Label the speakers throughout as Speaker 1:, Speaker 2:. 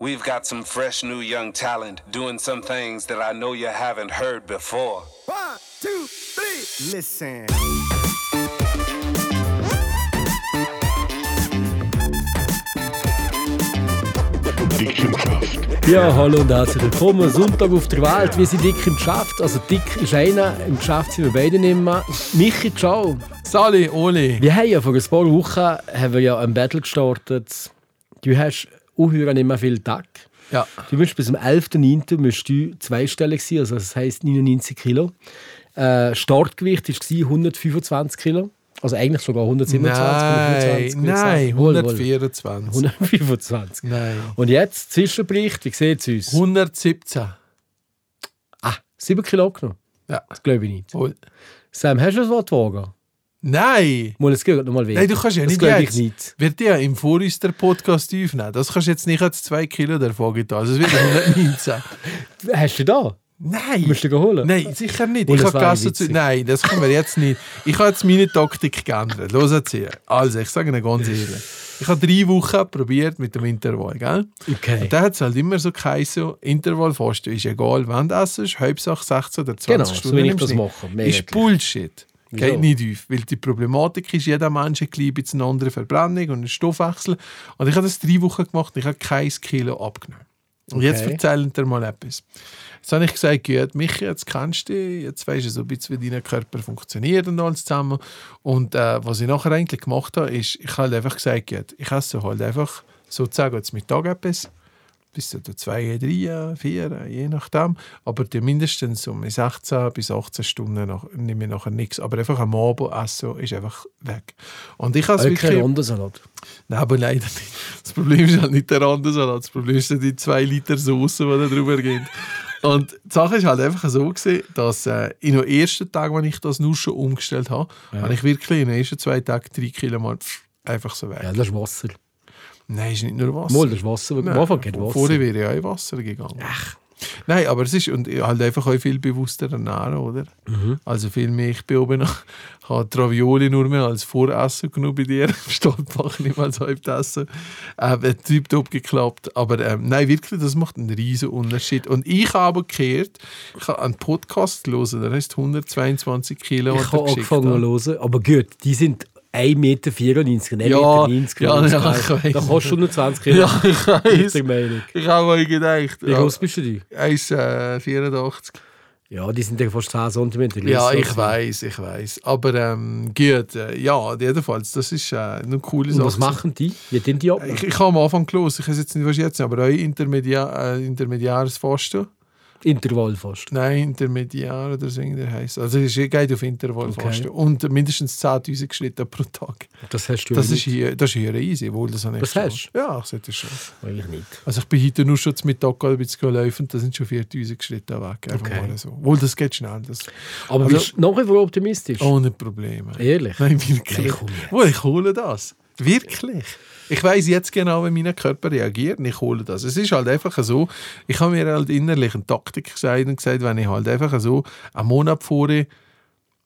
Speaker 1: We've got some fresh new young talent doing some things that I know you haven't heard before.
Speaker 2: One, two, three. Listen.
Speaker 3: Ja, hallo und herzlich willkommen. Sonntag auf der Welt. Wir sind dick im Geschäft. Also dick ist einer, im Geschäft sind wir beide nicht mehr. Michi, ciao.
Speaker 4: Sali, Oli.
Speaker 3: Wir haben ja vor ein paar Wochen haben wir ja ein Battle gestartet. Du hast unheuer nicht mehr viel Tag.
Speaker 4: Ja.
Speaker 3: Du musst bis zum 11.9. musst du zweistellig sein, also das heisst 99 Kilo. Äh, Startgewicht war 125 Kilo. Also eigentlich sogar 127,
Speaker 4: Nein,
Speaker 3: 125. würde ich
Speaker 4: nein,
Speaker 3: sagen. Wohl, wohl.
Speaker 4: 124.
Speaker 3: 125.
Speaker 4: Nein.
Speaker 3: Und jetzt, Zwischenbericht, wie sieht es uns?
Speaker 4: 117.
Speaker 3: Ah, 7 Kilo abgenommen.
Speaker 4: Ja.
Speaker 3: Das glaube ich nicht.
Speaker 4: Wohl.
Speaker 3: Sam, hast du das Wort gewogen?
Speaker 4: Nein!
Speaker 3: Mal, es geht nochmal wieder.
Speaker 4: Nein, du kannst ja
Speaker 3: das
Speaker 4: nicht
Speaker 3: glaube ich
Speaker 4: jetzt.
Speaker 3: nicht.
Speaker 4: Wird ja im Vorhinein der Podcast aufnehmen. Das kannst du jetzt nicht als 2 Kilo davon getan. Also es wird 119.
Speaker 3: Hast du da?
Speaker 4: Nein!
Speaker 3: Musst du den holen?
Speaker 4: Nein, sicher nicht.
Speaker 3: Und
Speaker 4: Ich
Speaker 3: das
Speaker 4: habe
Speaker 3: wäre
Speaker 4: Kassen zu.
Speaker 3: witzig.
Speaker 4: Nein, das können wir jetzt nicht. Ich habe jetzt meine Taktik geändert. Los jetzt hier. Also, ich sage Ihnen ganz ehrlich. Ich habe drei Wochen probiert mit dem Intervall, gell?
Speaker 3: Okay.
Speaker 4: Und da hat es halt immer so geheißen, Intervallfasten ist egal, wann du essest, Hauptsache 16 oder 20
Speaker 3: Genau, so
Speaker 4: Stunden
Speaker 3: will ich
Speaker 4: im
Speaker 3: das
Speaker 4: Schnitt.
Speaker 3: machen. Mega
Speaker 4: Ist
Speaker 3: gleich.
Speaker 4: Bullshit.
Speaker 3: Wieso?
Speaker 4: Geht nicht auf, weil die Problematik ist, jeder Mensch hat gleich ein bisschen eine andere Verbrennung und einen Stoffwechsel. Und ich habe das drei Wochen gemacht und ich habe kein Kilo abgenommen. Und jetzt
Speaker 3: Okay.
Speaker 4: erzähle ich dir mal etwas. Jetzt habe ich gesagt, gut, Michi, jetzt kennst du dich, jetzt weißt du so ein bisschen, wie dein Körper funktioniert und alles zusammen. Und äh, was ich nachher eigentlich gemacht habe, ist, ich habe halt einfach gesagt, gut, ich esse halt einfach sozusagen jetzt Mittag etwas, bis zu den 2, 3, 4, je nachdem. Aber die mindestens um 16 bis 18 Stunden nach, nehme ich nachher nichts. Aber einfach am Abend essen ist einfach weg. Und ich habe es
Speaker 3: Also kein
Speaker 4: wirklich...
Speaker 3: Rondensalat.
Speaker 4: Nein, aber leider nicht. Das Problem ist halt nicht der Randensalat, das Problem ist halt die 2 Liter Soße, die da drüber geht. Und die Sache ist halt einfach so, gewesen, dass äh, in den ersten Tagen, wenn ich das nur schon umgestellt habe, habe ich wirklich in den ersten zwei Tagen drei Kilo mal pff, einfach so weg.
Speaker 3: Ja, das ist Wasser.
Speaker 4: Nein, ist nicht nur Wasser.
Speaker 3: Mal, das ist Wasser. Am Anfang geht Wasser.
Speaker 4: Vorher wäre ja auch in Wasser gegangen. Ach. Nein, aber es ist und halt einfach auch viel bewusster ernähren, oder?
Speaker 3: Mhm.
Speaker 4: Also viel mehr, ich bin oben noch, habe die Ravioli nur mehr als Voressen genommen bei dir, Stolpach nicht mehr als Hauptessen. Ähm, der Typ top geklappt. Aber ähm, nein, wirklich, das macht einen riesen Unterschied. Und ich habe gehört, ich habe einen Podcast gelesen, der heißt 122 Kilo.
Speaker 3: Ich
Speaker 4: hat er
Speaker 3: habe
Speaker 4: geschickt,
Speaker 3: angefangen
Speaker 4: oder?
Speaker 3: zu hören, aber gut, die sind 1,94 Meter, nicht 1,90
Speaker 4: Ja,
Speaker 3: Meter.
Speaker 4: ja, ja, ich weiss.
Speaker 3: Da kostet schon nur 20 Kilo.
Speaker 4: Ja, ich weiss.
Speaker 3: Richtig Meinung.
Speaker 4: Ich habe mal gedacht,
Speaker 3: Wie
Speaker 4: ja, äh,
Speaker 3: groß bist du? die?
Speaker 4: 1,84.
Speaker 3: Ja, die sind ja fast 10 cm.
Speaker 4: Ja, ich weiß, ich weiß. Aber ähm, gut, äh, ja, jedenfalls, das ist äh, eine coole
Speaker 3: Und
Speaker 4: Sache.
Speaker 3: was machen die? Wie tun die ab?
Speaker 4: Ich, ich habe am Anfang gelesen, ich weiß jetzt nicht, was jetzt, aber euer Intermedia äh, intermediäres Fasten.
Speaker 3: Intervall fast.
Speaker 4: Nein, intermediär oder so irgendwie heisst. Also es ist- geht auf Intervall
Speaker 3: Okay.
Speaker 4: Fasten. Und mindestens 10'000 Schritte pro Tag.
Speaker 3: Das hast du
Speaker 4: Das
Speaker 3: ja
Speaker 4: ist
Speaker 3: nicht.
Speaker 4: hier, das ist hier easy, wohl das habe ich
Speaker 3: Das
Speaker 4: schon.
Speaker 3: hast
Speaker 4: Ja, ich sollte schon.
Speaker 3: Eigentlich nicht.
Speaker 4: Also ich bin heute nur schon zu Mittag ein bisschen gelaufen, da sind schon 4'000 Schritte weg. Einfach
Speaker 3: Okay.
Speaker 4: mal so. Wohl, das geht schnell. Das,
Speaker 3: Aber
Speaker 4: Also-
Speaker 3: bist du nach wie vor optimistisch?
Speaker 4: ohne Probleme.
Speaker 3: Ehrlich?
Speaker 4: Nein, wirklich.
Speaker 3: Nein, komm jetzt.
Speaker 4: Wo, ich hole das. Wirklich. Ich weiß jetzt genau, wie mein Körper reagiert und ich hole das. Es ist halt einfach so, ich habe mir halt innerlich eine Taktik gesagt und gesagt, wenn ich halt einfach so einen Monat vorher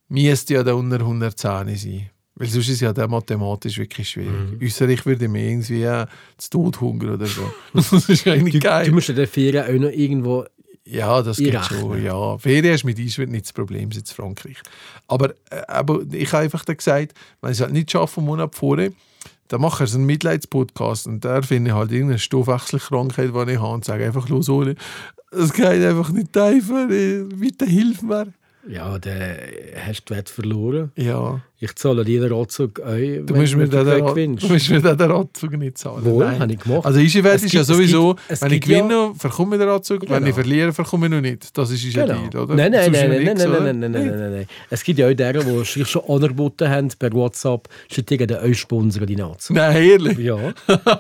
Speaker 4: müsste ja da unter 110 sein. Weil sonst ist ja der mathematisch wirklich
Speaker 3: Mhm.
Speaker 4: schwierig. Ausser ich würde mir irgendwie äh, zu Tod hungern oder so. das ist eigentlich
Speaker 3: Du,
Speaker 4: geil.
Speaker 3: du musst ja den Ferien auch noch irgendwo.
Speaker 4: Ja, das
Speaker 3: Ich
Speaker 4: geht
Speaker 3: rechne.
Speaker 4: schon. Ja. Ferien ist mit Einschwert nicht das Problem, sind in Frankreich. Aber, äh, aber ich habe einfach dann gesagt, wenn ich es halt nicht schaffe, einen Monat vorher, dann mache ich so einen Mitleidspodcast und da finde ich halt irgendeine Stoffwechselkrankheit, die ich habe und sage einfach, los, Ole, es geht einfach nicht einfach, äh, bitte hilf mir.
Speaker 3: Ja, dann hast du den Wert verloren.
Speaker 4: Ja,
Speaker 3: Ich zahle dir den Ratzug auch, wenn
Speaker 4: du musst mir
Speaker 3: den
Speaker 4: den, den, Rat-
Speaker 3: gewinnst.
Speaker 4: du musst mir den den Ratzug nicht zahlen.
Speaker 3: Wohl,
Speaker 4: Nein.
Speaker 3: habe ich gemacht.
Speaker 4: Also ich
Speaker 3: Es
Speaker 4: werde ist ja
Speaker 3: gibt- es
Speaker 4: sowieso,
Speaker 3: gibt- es
Speaker 4: wenn ich
Speaker 3: gibt ja-
Speaker 4: gewinne, verkomme ich den Ratzug, wenn
Speaker 3: Genau.
Speaker 4: ich verliere, verkomme ich noch nicht. Das ist ja
Speaker 3: Genau.
Speaker 4: Deal, oder?
Speaker 3: Nein, nein,
Speaker 4: Sonst
Speaker 3: nein, nein,
Speaker 4: nix,
Speaker 3: nein, nein,
Speaker 4: oder?
Speaker 3: nein, nein, nein, nein, nein. Es gibt ja auch deren, die sich schon angeboten haben per WhatsApp, schon gegen den euch Sponsor die Nase.
Speaker 4: Nein, ehrlich.
Speaker 3: Ja, ich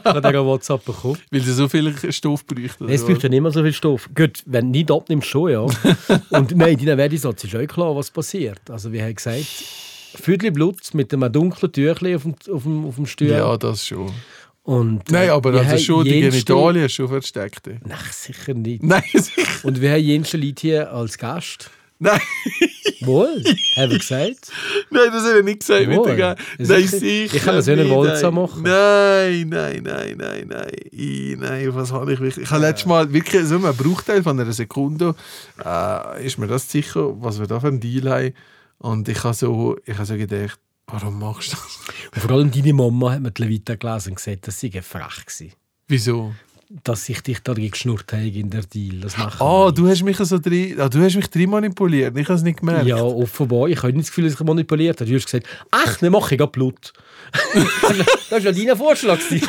Speaker 3: habe diesen WhatsApp bekommen.
Speaker 4: Weil sie so viel Stoff bräuchten.
Speaker 3: Es braucht ja nicht mehr so viel Stoff. Gut, wenn du nicht abnimmst, schon, ja. Und nein, dein Wertesatz ist auch klar, was passiert. Also, wir haben gesagt, Viertel Blut mit einem dunklen Tüchlein auf dem, auf dem, auf dem Stuhl.
Speaker 4: ja, das schon.
Speaker 3: Und, äh,
Speaker 4: Nein, aber
Speaker 3: wir
Speaker 4: also
Speaker 3: haben
Speaker 4: schon die
Speaker 3: jenste-
Speaker 4: Genitalien schon versteckt.
Speaker 3: Nein, sicher nicht.
Speaker 4: Nein, sicher.
Speaker 3: Und wir haben jenste Leute hier als Gast.
Speaker 4: Nein.
Speaker 3: Wohl, habe ich gesagt.
Speaker 4: Nein, das habe ich nicht gesagt.
Speaker 3: Jawohl.
Speaker 4: bitte, gell?
Speaker 3: Sicher.
Speaker 4: Nein, sicher.
Speaker 3: Ich kann das ja nicht
Speaker 4: nein.
Speaker 3: wohl so machen.
Speaker 4: Nein, nein, nein, nein, nein. I, nein, auf was habe ich wirklich? Ich habe letztes Mal wirklich so einen Bruchteil von einer Sekunde, äh, ist mir das sicher, was wir da für einen Deal haben. Und ich habe so, ich habe so gedacht, warum machst du das?
Speaker 3: Und vor allem deine Mama hat mir die Levita gelesen und gesagt, dass sie frech gewesen.
Speaker 4: Wieso?
Speaker 3: Dass ich dich da geschnurrt habe in der Deal. Das machen
Speaker 4: Ah,
Speaker 3: wir
Speaker 4: du hast mich so drei, ah, du hast mich drei manipuliert. Ich habe es nicht
Speaker 3: nicht.
Speaker 4: gemerkt.
Speaker 3: Ja, offenbar. Ich habe nicht das Gefühl, dass ich manipuliert habe. Du hast gesagt, ach, dann mache ich gerade Blut. das war ja dein Vorschlag. gewesen.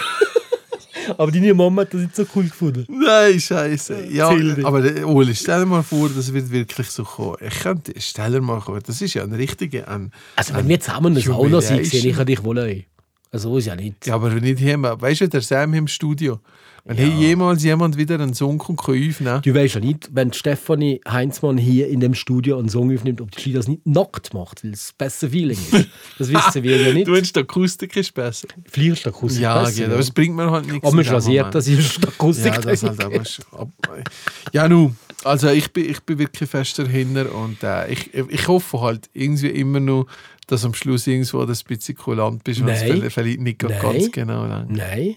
Speaker 3: Aber deine Mama hat das nicht so cool gefunden.
Speaker 4: Nein, Scheiße. Ja,
Speaker 3: Zilli.
Speaker 4: aber äh, Uli, stell dir mal vor, das wird wirklich so kommen. Ich könnte, stell dir mal vor, das ist ja ein richtiger. Ein,
Speaker 3: Also, wenn wir zusammen eine Sauna
Speaker 4: Humiliation.
Speaker 3: sind, sehe ich ja dich wohl ein. Also, so ist ja nicht.
Speaker 4: ja, aber wenn nicht jemand, weißt du, der Sam im Studio, wenn hier jemals jemand wieder einen Song kommt, kann aufnehmen
Speaker 3: Du weißt ja nicht, wenn Stefanie Heinzmann hier in dem Studio einen Song aufnimmt, ob die das nicht nackt macht, weil es das beste Feeling ist. Das wissen wir ja nicht.
Speaker 4: Du hast die Akustik ist besser.
Speaker 3: Fließt der Kuss
Speaker 4: Ja,
Speaker 3: besser,
Speaker 4: genau. Aber es bringt mir halt nichts.
Speaker 3: Aber man
Speaker 4: in dem
Speaker 3: rasiert
Speaker 4: Moment.
Speaker 3: das ist der Kuss.
Speaker 4: Ja, das halt aber schon. ab- Ja, nun, also ich bin, ich bin wirklich fest dahinter und äh, ich, ich hoffe halt irgendwie immer noch, dass am Schluss irgendwo das bisschen kulant bist, wenn es
Speaker 3: Nein.
Speaker 4: vielleicht- vielleicht nicht
Speaker 3: Nein.
Speaker 4: ganz genau lang.
Speaker 3: Nein.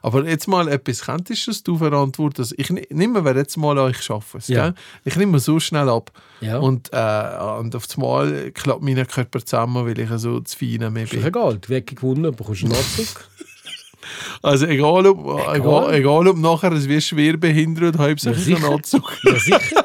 Speaker 4: Aber jetzt mal etwas, könntest du es du verantworten? Also Ich ni- nehme wir jetzt mal an, ich schaffe es.
Speaker 3: Ja.
Speaker 4: Gell? Ich nehme so schnell ab.
Speaker 3: Ja.
Speaker 4: Und, äh, und auf das Mal klappt mein Körper zusammen, weil ich so zu fein mehr
Speaker 3: Ist doch
Speaker 4: bin.
Speaker 3: egal. Du hast gewonnen, bekommst einen Abzug.
Speaker 4: Also egal ob, egal. Egal, ob nachher es wie schwer behindert, hauptsächlich
Speaker 3: Ja,
Speaker 4: ein
Speaker 3: sicher.
Speaker 4: Anzug.
Speaker 3: Ja, sicher.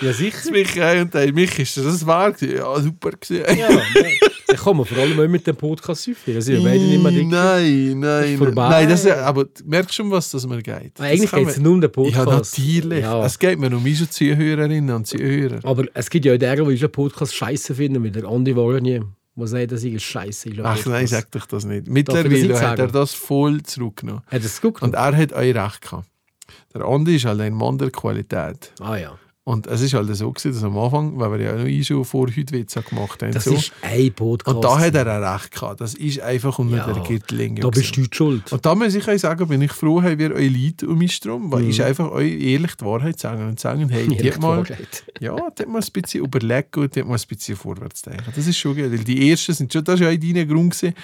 Speaker 3: Ja, sicher.
Speaker 4: Mich ein und hey, mich ist das das wahr gewesen. Ja, super gewesen.
Speaker 3: Ja, nein. Dann kann man vor allem auch mit dem Podcast aufhören. Also, wir beide nicht mehr dick.
Speaker 4: Nein, nein,
Speaker 3: Ist
Speaker 4: nein.
Speaker 3: vorbei.
Speaker 4: Nein, das, ist- aber du merkst schon, was das mir geht.
Speaker 3: Aber Eigentlich
Speaker 4: Das kann
Speaker 3: geht es
Speaker 4: man-
Speaker 3: nur um den
Speaker 4: Ja,
Speaker 3: Podcast.
Speaker 4: natürlich.
Speaker 3: Ja.
Speaker 4: Es geht mir um unsere Zuhörerinnen und Zuhörer.
Speaker 3: Aber es gibt ja auch deren, die unseren Podcast scheiße finden, wie der Andi Warnier, der sagt, dass ich scheiße ist.
Speaker 4: Ach nein, sag doch das nicht.
Speaker 3: er das
Speaker 4: Mittlerweile
Speaker 3: nicht
Speaker 4: hat er
Speaker 3: sagen?
Speaker 4: das voll zurückgenommen.
Speaker 3: Hat er es geguckt?
Speaker 4: Und er hat euch recht gehabt. Der Andi ist halt ein Mann der Qualität.
Speaker 3: ah ja.
Speaker 4: Und es ist halt so gewesen, dass am Anfang, weil wir ja noch eh schon Vorhütwitze gemacht haben.
Speaker 3: Das
Speaker 4: so.
Speaker 3: ist ein Podcast.
Speaker 4: und da hat er auch recht gehabt. Das ist einfach unter
Speaker 3: Ja,
Speaker 4: der Gürtellinie.
Speaker 3: Da bist
Speaker 4: gewesen.
Speaker 3: du die schuld.
Speaker 4: Und da muss ich euch sagen, bin ich froh, haben wir euch Leute um mich drum,
Speaker 3: Mhm.
Speaker 4: weil ich einfach euch ehrlich die Wahrheit sagen und sagen, hey, die hat mal, ja, die hat mal ein bisschen überlegt und die hat mal ein bisschen vorwärts denken. Das ist schon geil, weil die ersten sind schon, das war ja auch dein Grund gewesen,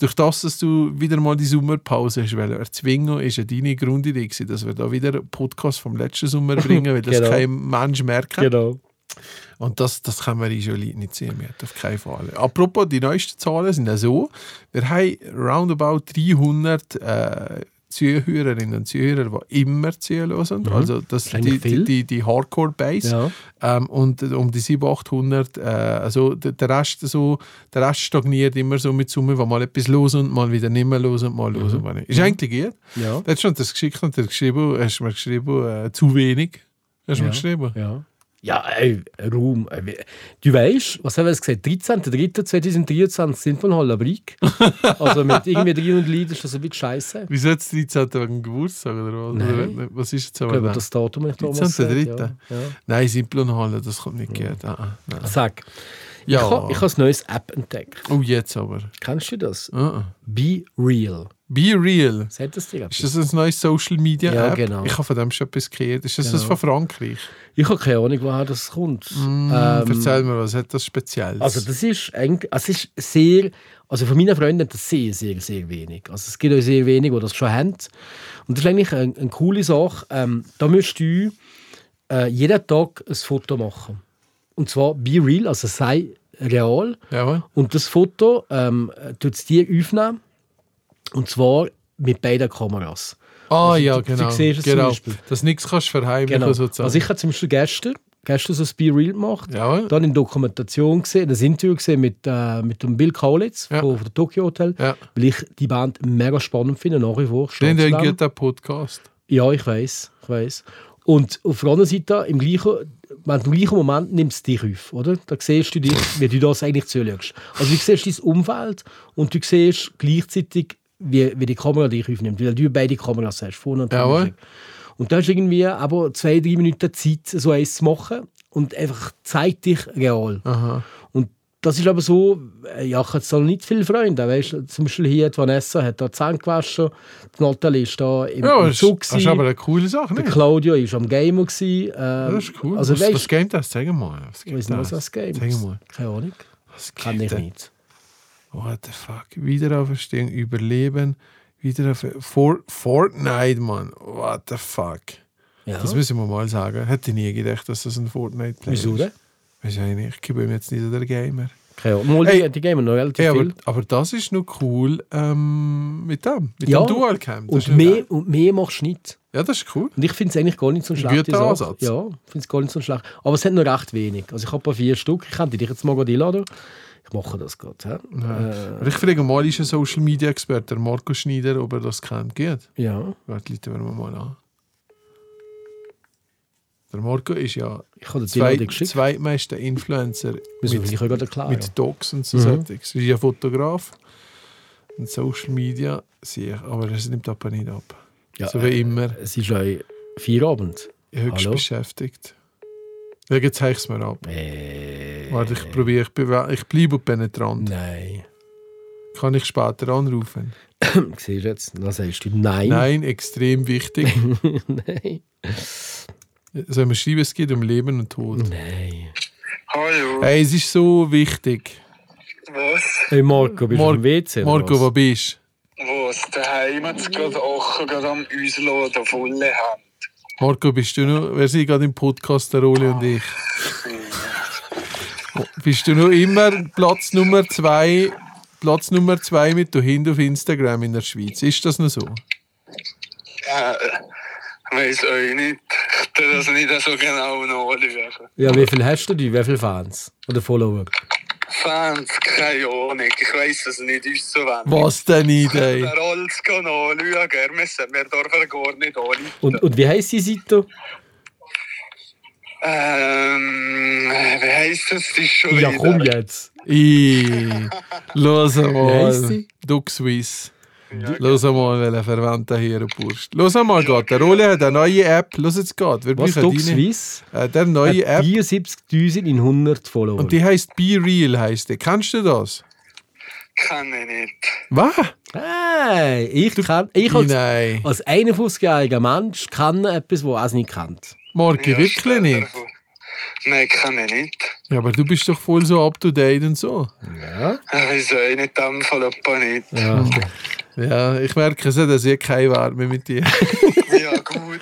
Speaker 4: durch das, dass du wieder mal die Sommerpause hast wollen erzwingen, ist ja deine Grundidee gewesen, dass wir da wieder einen Podcast vom letzten Sommer bringen, weil das
Speaker 3: Genau.
Speaker 4: kein Mensch merkt.
Speaker 3: Genau.
Speaker 4: Und das, das können wir in Jolie nicht sehen, mehr, auf keinen Fall. Apropos, die neuesten Zahlen sind ja so, wir haben roundabout 300 äh, Zuhörerinnen und Zuhörer, die immer zuhören. Also das sind die,
Speaker 3: Mhm. Eigentlich
Speaker 4: die,
Speaker 3: viel.
Speaker 4: die, die Hardcore-Base.
Speaker 3: Ja.
Speaker 4: Ähm, und um die 700, 800, äh, also der, der, Rest so, der Rest stagniert immer so mit Summe, wo mal etwas los und mal wieder nicht mehr los und mal los und mal nicht. Ist eigentlich gut.
Speaker 3: Mhm. Ja.
Speaker 4: Letztes Mal hat das geschickt und hat geschrieben, hast du mir geschrieben, äh, zu wenig. Hast du mir
Speaker 3: Ja.
Speaker 4: geschrieben?
Speaker 3: Ja. Ja, ey, Raum. ey, wie- Du weißt, was haben wir jetzt gesagt? 13.03.2023 sind wir in Hallabrik. Also mit irgendwie 300 Leuten ist das ein bisschen scheiße. Ich
Speaker 4: Wieso jetzt 13. wegen Geburtstag oder was?
Speaker 3: Nein.
Speaker 4: Oder Was ist jetzt aber
Speaker 3: glaube,
Speaker 4: da?
Speaker 3: das Datum nicht damals.
Speaker 4: 13.03..
Speaker 3: gesagt, Ja. Ja.
Speaker 4: Nein, Simplonhalle, das kommt nicht gut. Ah, ah, nein.
Speaker 3: Sag, ich
Speaker 4: Ja.
Speaker 3: habe ich hab ein neues App entdeckt.
Speaker 4: Oh, jetzt aber.
Speaker 3: Kennst du das?
Speaker 4: Ah, ah.
Speaker 3: Be Real.
Speaker 4: Be Real.
Speaker 3: Sagt das dir
Speaker 4: Ist
Speaker 3: etwas?
Speaker 4: das ein neues Social Media
Speaker 3: Ja,
Speaker 4: App?
Speaker 3: genau.
Speaker 4: Ich habe von dem schon etwas gehört. Ist das das
Speaker 3: Genau.
Speaker 4: von Frankreich?
Speaker 3: Ich habe keine Ahnung, woher das kommt.
Speaker 4: Hm,
Speaker 3: Ähm,
Speaker 4: erzähl mir, was hat das Spezielles?
Speaker 3: Also das ist eigentlich, also es ist sehr, also von meinen Freunden hat das sehr, sehr, sehr wenig. Also es gibt auch sehr wenig, die das schon haben. Und das ist eigentlich eine, eine coole Sache. Ähm, da musst du äh, jeden Tag ein Foto machen. Und zwar be real, also sei real.
Speaker 4: Jawohl.
Speaker 3: Und das Foto ähm, tut es dir aufnehmen. Und zwar mit beiden Kameras.
Speaker 4: Ah, ja,
Speaker 3: du- du
Speaker 4: genau.
Speaker 3: siehst es zum
Speaker 4: genau.
Speaker 3: Beispiel.
Speaker 4: Dass nichts kannst verheimlichen
Speaker 3: Genau.
Speaker 4: sozusagen.
Speaker 3: Also ich habe zum Beispiel gestern, gestern so ein Be Real gemacht,
Speaker 4: Jawohl.
Speaker 3: dann in Dokumentation gesehen, das Interview gesehen mit, äh, mit dem Bill Kaulitz
Speaker 4: Ja.
Speaker 3: von, von der Tokyo Hotel,
Speaker 4: Ja.
Speaker 3: weil ich die Band mega spannend finde, nach wie vor.
Speaker 4: Den
Speaker 3: stolz
Speaker 4: den
Speaker 3: zu dem.
Speaker 4: guten Podcast.
Speaker 3: Ja, ich weiß, ich weiß. Und auf der anderen Seite, im gleichen, wenn du im gleichen Moment nimmst du dich auf, oder? Da siehst du dich, wie du das eigentlich zuschaust. Also du siehst dein Umfeld und du siehst gleichzeitig, wie, wie die Kamera dich aufnimmt, weil du beide Kameras hast, vorne und
Speaker 4: Jawohl.
Speaker 3: hinten. Und da hast du irgendwie aber zwei, drei Minuten Zeit, so eins zu machen und einfach zeigt dich real.
Speaker 4: Aha.
Speaker 3: Und das ist aber so, äh, ja, ich habe jetzt noch nicht viele Freunde. Weißt, du, zum Beispiel hier, die Vanessa hat da die Zähne gewaschen, die Natalie ist da im,
Speaker 4: Ja,
Speaker 3: im
Speaker 4: das
Speaker 3: Zug.
Speaker 4: ist, das ist aber eine coole Sache,
Speaker 3: Der
Speaker 4: nicht?
Speaker 3: Claudio war am Gamer. Gewesen, ähm,
Speaker 4: Hm. Das ist cool.
Speaker 3: Also,
Speaker 4: was,
Speaker 3: weißt,
Speaker 4: was Game das? Sag mal. Was
Speaker 3: ich
Speaker 4: gibt
Speaker 3: weiß nicht, was das Game
Speaker 4: Sag
Speaker 3: ist.
Speaker 4: mal.
Speaker 3: Keine Ahnung.
Speaker 4: Was
Speaker 3: Kann
Speaker 4: gibt
Speaker 3: ich
Speaker 4: das?
Speaker 3: nicht.
Speaker 4: What the fuck? Wiederauferstehung, Überleben, Wiederauferstehung. For Fortnite, Mann. What the fuck?
Speaker 3: Ja.
Speaker 4: Das müssen wir mal sagen. Hätte ich nie gedacht, dass das ein Fortnite-Player ist.
Speaker 3: Wieso denn?
Speaker 4: Weiß ich nicht. Ich bin jetzt nicht so der Gamer.
Speaker 3: Keine Ahnung. Mal,
Speaker 4: Ey.
Speaker 3: die, die Gamer noch relativ
Speaker 4: Ey, aber,
Speaker 3: viel.
Speaker 4: aber das ist noch cool ähm, mit dem. Mit
Speaker 3: Ja,
Speaker 4: dem Dualcam. Das ist
Speaker 3: Und
Speaker 4: noch geil.
Speaker 3: mehr, und mehr machst du nicht.
Speaker 4: Ja, das ist cool.
Speaker 3: Und ich finde es eigentlich gar nicht so schlecht.
Speaker 4: guter Ansatz.
Speaker 3: Ja, ich finde es gar nicht so schlecht. Aber es hat noch recht wenig. Also ich habe paar vier Stück. Ich könnte dich jetzt mal gerade einladen. Ich mache das gerade. hä?
Speaker 4: Aber ich frage mal, ist ein Social Media Experte, der Marco Schneider, ob er das kennt. Geht.
Speaker 3: Ja.
Speaker 4: Warte, Leute, wir mal an. Der Marco ist ja
Speaker 3: Ich habe dir die
Speaker 4: zwei,
Speaker 3: Einladung geschickt.
Speaker 4: zweitmeister Influencer
Speaker 3: Müssen wir
Speaker 4: mit,
Speaker 3: ich gerade erklären.
Speaker 4: mit Docs und so. Mhm. Er ist ja Fotograf. Und Social Media sehe ich, aber das nimmt aber nicht ab.
Speaker 3: Ja,
Speaker 4: so wie immer.
Speaker 3: Es ist ein Feierabend.
Speaker 4: höchst
Speaker 3: Hallo?
Speaker 4: beschäftigt. Ja, jetzt zeige ich es mir ab.
Speaker 3: Äh,
Speaker 4: Warte, ich probiere, ich, bewe- ich bleibe penetrant.
Speaker 3: nein.
Speaker 4: Kann ich später
Speaker 3: Hm?
Speaker 4: anrufen?
Speaker 3: Siehst du jetzt? Dann sagst du nein.
Speaker 4: Nein, extrem wichtig.
Speaker 3: nein.
Speaker 4: Sollen wir schreiben, es geht um Leben und Tod.
Speaker 3: Nein.
Speaker 5: Hallo,
Speaker 4: Hey, es ist so wichtig.
Speaker 5: was?
Speaker 3: Hey Marco, bist
Speaker 4: Mar-
Speaker 3: du im WC? oder
Speaker 4: Marco,
Speaker 3: was?
Speaker 4: wo bist
Speaker 5: Was? Daheim hat es gerade Ocher gerade am Ausladen, volle Hand.
Speaker 4: du? Marco, bist du noch? Wir sind gerade im Podcast, der Oli und ich. Bist du noch immer Platz Nummer zwei, Platz Nummer zwei mit du hinten auf Instagram in der Schweiz? Ist das noch so?
Speaker 5: Äh, weiss euch nicht, ich tu das nicht so genau nachschauen.
Speaker 3: Ja, wie viel hast du denn? Wie viele Fans? Oder Follower?
Speaker 5: Fans, keine Ahnung, ich weiss es nicht auszuwenden.
Speaker 4: Was denn nicht, ey?
Speaker 5: Der Rolls kann anschauen, wir müssen, wir dürfen gar nicht alle.
Speaker 3: Und, und wie heisst die Seite?
Speaker 5: Ähm, wie heisst das, das ist schon
Speaker 3: Ja,
Speaker 5: wieder?
Speaker 3: komm jetzt.
Speaker 4: I, los
Speaker 3: heisst
Speaker 4: einmal.
Speaker 3: sie?
Speaker 4: Duck Swiss. Los einmal, welcher Verwandter hier Burst. Los einmal, geht. Der Ole hat eine neue App. Los jetzt geht. Wir
Speaker 3: Was,
Speaker 4: brauchen
Speaker 3: Doc
Speaker 4: deine-
Speaker 3: Swiss?
Speaker 4: Äh, der neue
Speaker 3: Hat
Speaker 4: App.
Speaker 3: 74.000 in 100 Follower.
Speaker 4: Und die heißt Be Real, heißt die. Kennst du das?
Speaker 5: Kann ich nicht.
Speaker 4: Was?
Speaker 3: hey, ich kann... Ich Oh. als,
Speaker 4: Nein.
Speaker 3: als 51-jähriger Mensch kann etwas, das er nicht kennt.
Speaker 4: Morgen
Speaker 5: Ja,
Speaker 4: wirklich
Speaker 5: stell dir
Speaker 4: nicht.
Speaker 5: vor. Nein, kann ich nicht.
Speaker 4: Ja, aber du bist doch voll so up to date und so.
Speaker 5: Ja, Wieso ich nicht am Fall etwa nicht?
Speaker 3: Ja.
Speaker 4: Ja, ich merke so, dass ich kein Wert mehr mit dir.
Speaker 5: Ja gut,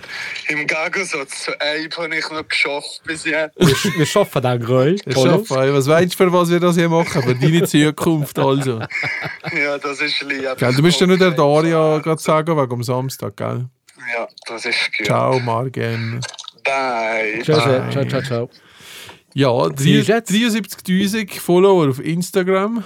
Speaker 5: im Gegensatz zu Abe habe ich noch geschafft bis jetzt.
Speaker 3: Wir, sch- wir schaffen den Gröll.
Speaker 4: Ich schaffe, ey. Was weißt du, für was wir das hier machen? Für deine Zukunft also.
Speaker 5: Ja, das ist lieb.
Speaker 4: Gell, du musst ja nur der Daria gerade sagen, wegen am Samstag, gell?
Speaker 5: Ja, das ist gut.
Speaker 4: Ciao, Morgen.
Speaker 5: Bye.
Speaker 3: Ciao, ciao, ciao, ciao, ciao.
Speaker 4: Ja, drei-
Speaker 3: ist jetzt?
Speaker 4: 73.000 Follower auf Instagram,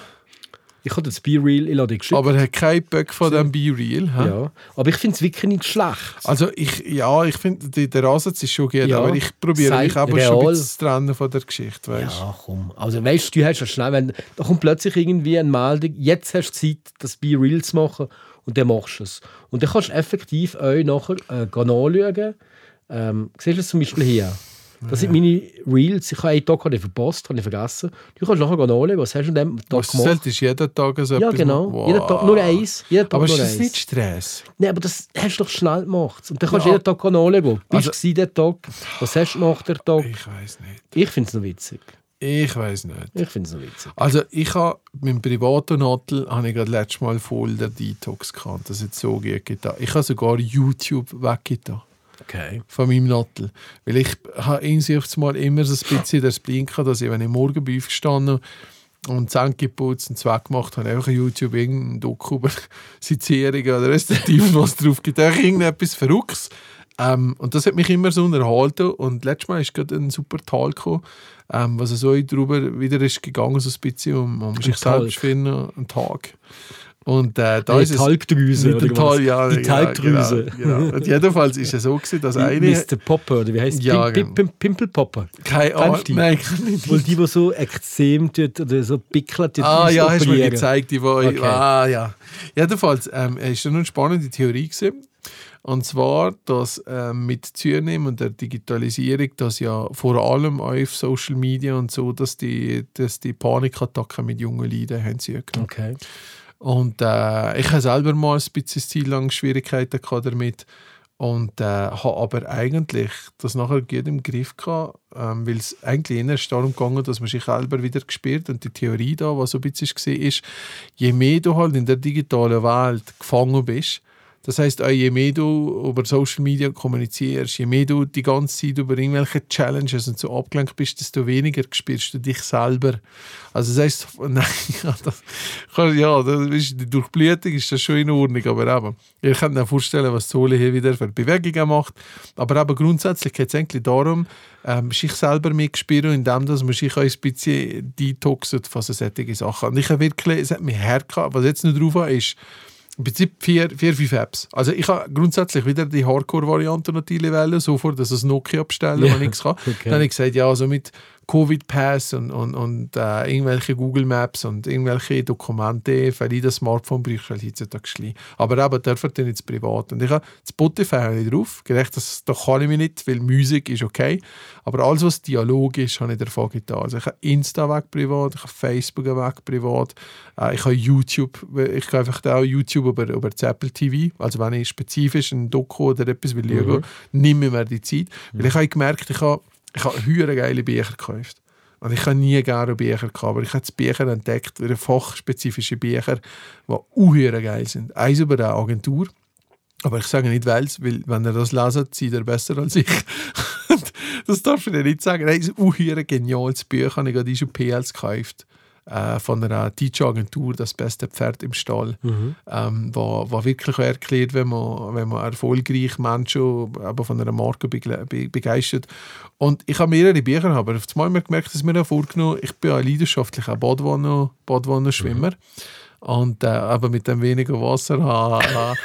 Speaker 3: Ich habe das Be-Real in Ladung geschickt.
Speaker 4: aber hat keinen Böck von dem Be Real. hä?
Speaker 3: ja. aber ich finde es wirklich nicht schlecht.
Speaker 4: Also ich, ja, ich finde, die- der Ansatz ist schon gut,
Speaker 3: Ja.
Speaker 4: aber ich probiere
Speaker 3: Sei
Speaker 4: mich aber schon
Speaker 3: real.
Speaker 4: ein bisschen zu trennen von der Geschichte, weißt
Speaker 3: Ja, komm. Also, weißt du, du hast ja schnell, wenn, da kommt plötzlich irgendwie eine Meldung, jetzt hast du Zeit, das Be Real zu machen und dann machst du es. Und dann kannst du effektiv euch nachher äh, gehen anschauen. Ähm, siehst du es zum Beispiel hier? Das sind meine Reels. Ich habe einen Tag habe ich verpasst, habe ich vergessen. Du kannst nachher gehen anschauen, was hast du an dem Tag
Speaker 4: Was du
Speaker 3: gemacht.
Speaker 4: solltest jeden Tag so
Speaker 3: Ja,
Speaker 4: etwas
Speaker 3: genau.
Speaker 4: machen. Wow.
Speaker 3: Jeden Tag, nur eins. Jeden Tag
Speaker 4: Aber
Speaker 3: nur
Speaker 4: ist das
Speaker 3: eins.
Speaker 4: nicht Stress?
Speaker 3: Nein, aber das hast du doch schnell gemacht. Und dann kannst du
Speaker 4: Ja.
Speaker 3: jeden Tag anschauen. wo Bist
Speaker 4: Also-
Speaker 3: du gewesen, der Tag? Was hast du gemacht, der Tag?
Speaker 4: Ich weiß nicht.
Speaker 3: Ich finde es noch witzig.
Speaker 4: Ich weiß nicht.
Speaker 3: Ich finde es noch witzig.
Speaker 4: Also ich habe mit dem privaten Hotel habe ich gerade letztes Mal voll den Detox gehabt, das hat so gut getan. Ich habe sogar YouTube weggetan.
Speaker 3: Okay.
Speaker 4: von meinem Nattel. Weil ich habe insichts mal immer so ein bisschen das Blinken, dass ich, wenn ich morgen bin aufgestanden und Zähne geputzt und Zweck gemacht habe, einfach auf YouTube irgendein Doku über Sizierung oder respektive was drauf gibt, einfach irgendetwas Verrücktes. Ähm, und das hat mich immer so unterhalten und letztes Mal ist gerade ein super Tal gekommen, ähm, was so drüber wieder ist gegangen, so ein bisschen um, um sich
Speaker 3: Talg.
Speaker 4: selbst finden, einen Tag. Und äh, da
Speaker 3: Eine
Speaker 4: ist es-
Speaker 3: Talgdrüse,
Speaker 4: Mit
Speaker 3: oder
Speaker 4: der
Speaker 3: was?
Speaker 4: Tal, ja,
Speaker 3: Die
Speaker 4: ja,
Speaker 3: Talgdrüse.
Speaker 4: Genau, genau. Und jedenfalls ist es so gewesen, dass eine
Speaker 3: Mr. Popper, oder wie heißt
Speaker 4: Ja,
Speaker 3: Pim Pim-
Speaker 4: genau.
Speaker 3: Pim Pimpelpopper.
Speaker 4: Keine
Speaker 3: Kennst
Speaker 4: Ahnung.
Speaker 3: du die?
Speaker 4: Nein, kann ich
Speaker 3: Weil
Speaker 4: nicht.
Speaker 3: die, die so Ekzem tut oder so pickelt, tut
Speaker 4: Ah
Speaker 3: uns
Speaker 4: ja, hast du mir
Speaker 3: operieren.
Speaker 4: gezeigt, die wo
Speaker 3: Okay.
Speaker 4: Ah ja. Jedenfalls, ähm, es war noch eine spannende Theorie. Gewesen. Und zwar, dass ähm, mit zunehmender Digitalisierung, dass ja vor allem auch auf Social Media und so, dass die, dass die Panikattacken mit jungen Leuten haben sie ja genommen.
Speaker 3: Okay.
Speaker 4: Und äh, ich habe selber mal ein bisschen Zeit lang Schwierigkeiten gehabt damit und äh, habe aber eigentlich das nachher gut im Griff gehabt, ähm, weil es eigentlich erst darum ging, dass man sich selber wieder gespürt und die Theorie da, was so ein bisschen war, ist, je mehr du halt in der digitalen Welt gefangen bist, das heißt, je mehr du über Social Media kommunizierst, je mehr du die ganze Zeit über irgendwelche Challenges und so abgelenkt bist, desto weniger spürst du dich selber. Also das heißt, nein, ja, das, ja, das ist, die Durchblutung ist das schon in Ordnung, aber eben, ihr könnt euch vorstellen, was die Sohle hier wieder für Bewegungen macht. Aber eben grundsätzlich geht es eigentlich darum, ähm, sich selber mehr spüren, indem dass man sich auch ein bisschen detoxet von so solchen Sachen. Und ich habe wirklich, es hat mich hergehabt, was ich jetzt noch drauf habe, ist, im Prinzip vier, vier, fünf Apps. Also ich habe grundsätzlich wieder die Hardcore-Variante natürlich wählen, sofort, dass es Nokia bestellen,
Speaker 3: Ja,
Speaker 4: wenn ich es kann.
Speaker 3: okay.
Speaker 4: Dann habe ich gesagt, ja, also mit Covid-Pass und, und, und äh, irgendwelche Google Maps und irgendwelche Dokumente, weil ich das Smartphone brauche, weil heutzutage schlimm. Aber eben, dürfen dann jetzt privat. Und ich habe Spotify habe ich drauf, gedacht, das, da kann ich mich nicht, weil Musik ist okay. Aber alles, was Dialog ist, habe ich davon getan. Also ich habe Insta weg privat, ich habe Facebook weg privat, äh, ich habe YouTube, ich gehe einfach da auch YouTube über, über das Apple TV, also wenn ich spezifisch ein Doku oder etwas will schauen, nehme ich mir die Zeit. Weil ich habe gemerkt, ich habe, ich habe hure geile Bücher gekauft. Und ich habe nie gerne Bücher gehabt, aber ich habe die Bücher entdeckt, ihre fachspezifische Bücher, die unhöher geil sind. Eins über eine Agentur, aber ich sage nicht welches, weil wenn ihr das leset, seid ihr besser als ich. das darf ich dir nicht sagen. Nein, es ist ein unheuer geniales Buch, habe ich gerade schon PLs gekauft. Äh, von einer Teacher-Agentur, das beste Pferd im Stall, ähm, wo, wo wirklich auch erklärt, wenn man, wenn man erfolgreich Menschen aber von einer Marke begle- be begeistert. Und ich habe mehrere Bücher, aber auf einmal habe ich gemerkt, dass ich mir auch vorgenommen ich bin ja ein leidenschaftlicher Badwanner- Badwanner-Schwimmer. Und äh, aber mit dem weniger Wasser habe. habe-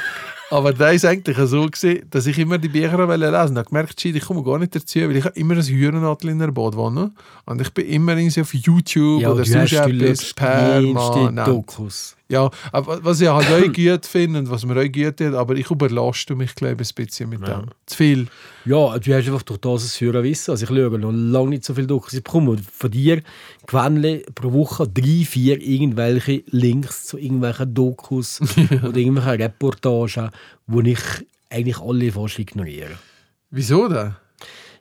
Speaker 4: aber da ist eigentlich so gewesen, dass ich immer die Bücher lesen wollte. Und habe gemerkt, shit, ich komme gar nicht dazu, weil ich habe immer ein Hürenadel in der Badwanne und ich bin immer irgendwie auf YouTube
Speaker 3: Ja,
Speaker 4: oder
Speaker 3: du hast
Speaker 4: sonst
Speaker 3: die
Speaker 4: etwas permanent.
Speaker 3: Dokus.
Speaker 4: Ja, aber was ich halt auch gut finde und was mir auch gut tut, aber ich überlaste mich, glaube ich, ein bisschen mit dem. Zu viel.
Speaker 3: Ja, du hast einfach durch das ein höheres Wissen. Also ich schaue noch lange nicht so viel Dokus. Ich bekomme von dir gewöhnlich pro Woche drei, vier irgendwelche Links zu irgendwelchen Dokus oder irgendwelchen Reportagen, die ich eigentlich alle fast ignoriere.
Speaker 4: Wieso denn?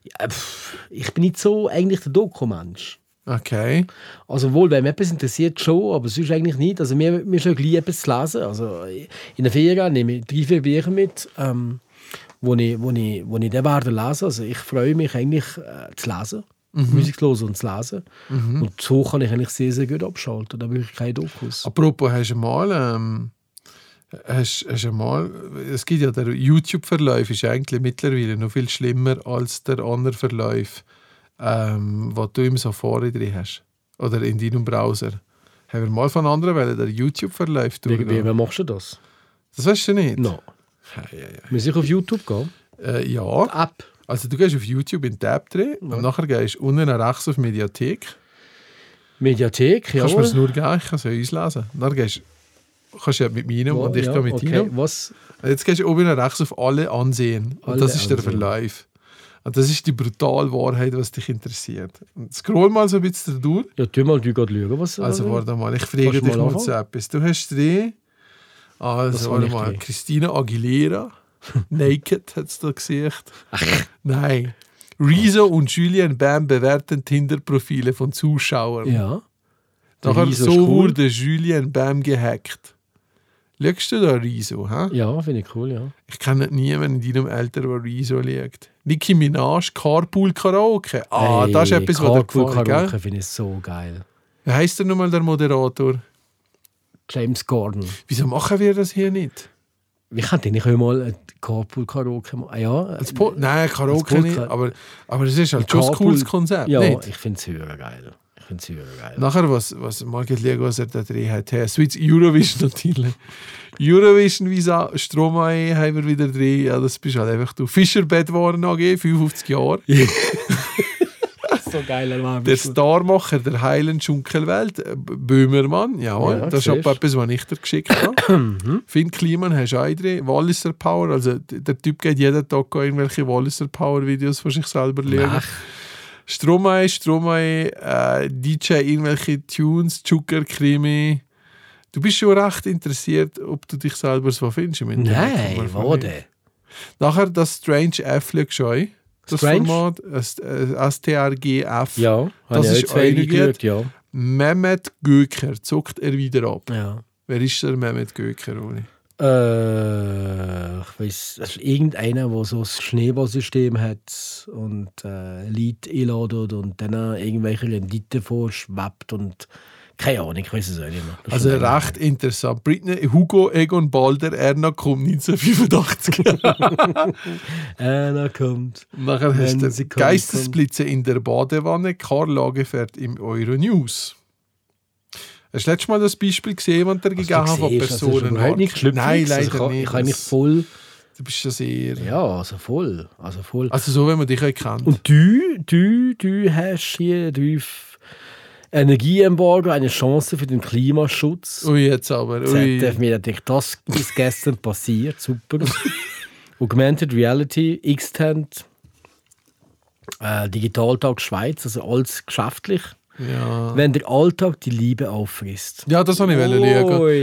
Speaker 3: Ja, pff, ich bin nicht so eigentlich der Dokumensch.
Speaker 4: Okay.
Speaker 3: Also wohl, wenn mich etwas interessiert, schon, aber sonst eigentlich nicht. Also mir, mir schon gleich etwas zu lesen. Also in der Ferien nehme ich drei, vier Bücher mit, ähm, wo, ich, wo, ich, wo ich dann werde lesen. Also ich freue mich eigentlich äh, zu lesen,
Speaker 4: Mhm.
Speaker 3: Musik zu hören und zu lesen. Und so kann ich eigentlich sehr, sehr gut abschalten. Da brauche ich keine Dokus.
Speaker 4: Apropos, hast du mal, ähm, hast, hast du mal, es gibt ja der YouTube-Verlauf ist eigentlich mittlerweile noch viel schlimmer als der andere Verlauf, ähm, was du im Safari drin hast oder in deinem Browser. Haben wir mal von anderen Wellen der YouTube-Verlauf
Speaker 3: Wie, wie,
Speaker 4: durchgenommen?
Speaker 3: wie machst du das?
Speaker 4: Das weißt du nicht?
Speaker 3: No. Muss ich auf YouTube gehen?
Speaker 4: Äh, ja.
Speaker 3: App.
Speaker 4: Also du gehst auf YouTube in den Tab drin und nachher gehst du unten rechts auf Mediathek.
Speaker 3: Mediathek, ja.
Speaker 4: Kannst du mir das nur geben? Ich kann es ja auslesen. Dann gehst du- kannst du ja mit meinem und ich
Speaker 3: ja,
Speaker 4: gehe mit
Speaker 3: okay.
Speaker 4: deinem.
Speaker 3: Was?
Speaker 4: Jetzt gehst du oben rechts auf alle ansehen. Und
Speaker 3: Alle
Speaker 4: das ist der
Speaker 3: ansehen.
Speaker 4: Verlauf. Und das ist die brutale Wahrheit, was dich interessiert. Und scroll mal so ein bisschen durch.
Speaker 3: Ja, tu mal du gerade schauen, was.
Speaker 4: Also, warte mal, ich frage
Speaker 3: Kannst du
Speaker 4: dich
Speaker 3: mal
Speaker 4: mal
Speaker 3: anfangen?
Speaker 4: zu etwas. Du hast drei. Also,
Speaker 3: habe
Speaker 4: warte
Speaker 3: ich
Speaker 4: mal.
Speaker 3: drei?
Speaker 4: Christina Aguilera. Naked hat es da gesehen. Nein. Rezo und Julian Bam bewerten Tinder-Profile von Zuschauern.
Speaker 3: Ja. Der
Speaker 4: Nachher,
Speaker 3: Riso
Speaker 4: so
Speaker 3: ist cool.
Speaker 4: wurde Julian Bam gehackt. Schaust du da Rezo? Hä?
Speaker 3: Ja, finde ich cool, ja.
Speaker 4: Ich kenne niemanden in deinem Alter, der Rezo liegt. Nicki Minaj, Carpool Karaoke. Ah,
Speaker 3: Ey,
Speaker 4: das ist etwas, was dir
Speaker 3: Carpool
Speaker 4: gefällt, gell?
Speaker 3: Karaoke finde ich so geil.
Speaker 4: Wie heisst denn nochmal der Moderator?
Speaker 3: James Gordon.
Speaker 4: Wieso machen wir das hier nicht?
Speaker 3: Wie kann denn ich mal ein Carpool Karaoke machen? Ah Ja,
Speaker 4: Als Po- Nein, Karaoke
Speaker 3: Als Podcast.
Speaker 4: nicht, aber, aber es ist halt schon ein
Speaker 3: Carpool-
Speaker 4: cooles Konzept,
Speaker 3: Ja,
Speaker 4: nicht?
Speaker 3: ich finde es höher geil. Ich finde es höher geil.
Speaker 4: Nachher, was, was Market Lego, was er da drin hat. Hey, Switz Eurovision natürlich. Eurovision Visa, Stromae haben wir wieder drin. Ja, das bist halt einfach du. Fischerbett waren AG, 55 Jahre.
Speaker 3: so geiler Mann.
Speaker 4: Der
Speaker 3: bist du.
Speaker 4: Starmacher der heilen Schunkelwelt, äh, B- Böhmermann, jawohl,
Speaker 3: Ja,
Speaker 4: das ist
Speaker 3: siehst. Mhm.
Speaker 4: etwa etwas, was ich dir geschickt habe. Finn Kliman hast du auch drin, Walliser Power, also d- der Typ geht jeden Tag irgendwelche Walliser Power Videos von sich selber lernen.
Speaker 3: Ach,
Speaker 4: Stromae, Stromae, äh, DJ, irgendwelche Tunes, Zucker, Krimi. Du bist schon recht interessiert, ob du dich selber so findest im Internet. kann man
Speaker 3: Nein, wo
Speaker 4: sagen.
Speaker 3: denn?
Speaker 4: Nachher das Strange Affleck schon. Das
Speaker 3: Strange?
Speaker 4: Format, S- äh, STRGF.
Speaker 3: Ja,
Speaker 4: Das
Speaker 3: habe ich
Speaker 4: ist
Speaker 3: auch zwei
Speaker 4: einer
Speaker 3: geschaut, ja.
Speaker 4: Mehmet Göker zuckt er wieder ab.
Speaker 3: ja.
Speaker 4: Wer ist der Mehmet Göker, Uli?
Speaker 3: Äh, ich weiß, das ist irgendeiner, der so ein Schneeballsystem hat und äh, Leute einladet und dann irgendwelche Renditen vorschwebt und keine Ahnung, ich weiß es auch nicht mehr. Das
Speaker 4: Also
Speaker 3: ist schon-
Speaker 4: recht interessant. Britney, Hugo, Egon, Balder, Erna Kumm, 1985.
Speaker 3: Einer kommt.
Speaker 4: Nachher
Speaker 3: Wenn
Speaker 4: hast du
Speaker 3: sie kommt,
Speaker 4: Geistesblitze in der Badewanne, Karl Lagerfeld im Euronews. Hast du letztes Mal das Beispiel gesehen, das der
Speaker 3: Was Also, du
Speaker 4: gegeben hat, von
Speaker 3: siehst, das ist überhaupt nicht
Speaker 4: Personen
Speaker 3: geschlüpft.
Speaker 4: Nein, leider
Speaker 3: also ich, kann-
Speaker 4: nicht.
Speaker 3: Ich habe mich
Speaker 4: Das-
Speaker 3: voll,
Speaker 4: Du bist ja sehr...
Speaker 3: ja, also voll, also voll.
Speaker 4: Also so, wenn man dich erkennt.
Speaker 3: Und du, du, du hast hier drauf Energieembargo, eine Chance für den Klimaschutz.
Speaker 4: Ui, jetzt aber. Ui.
Speaker 3: ZDF mir natürlich, das ist gestern passiert, super. Augmented Reality, Extend, äh, Digitaltag Schweiz, also alles geschäftlich.
Speaker 4: Ja.
Speaker 3: Wenn der Alltag die Liebe auffrisst.
Speaker 4: Ja, das habe ich
Speaker 3: Ui.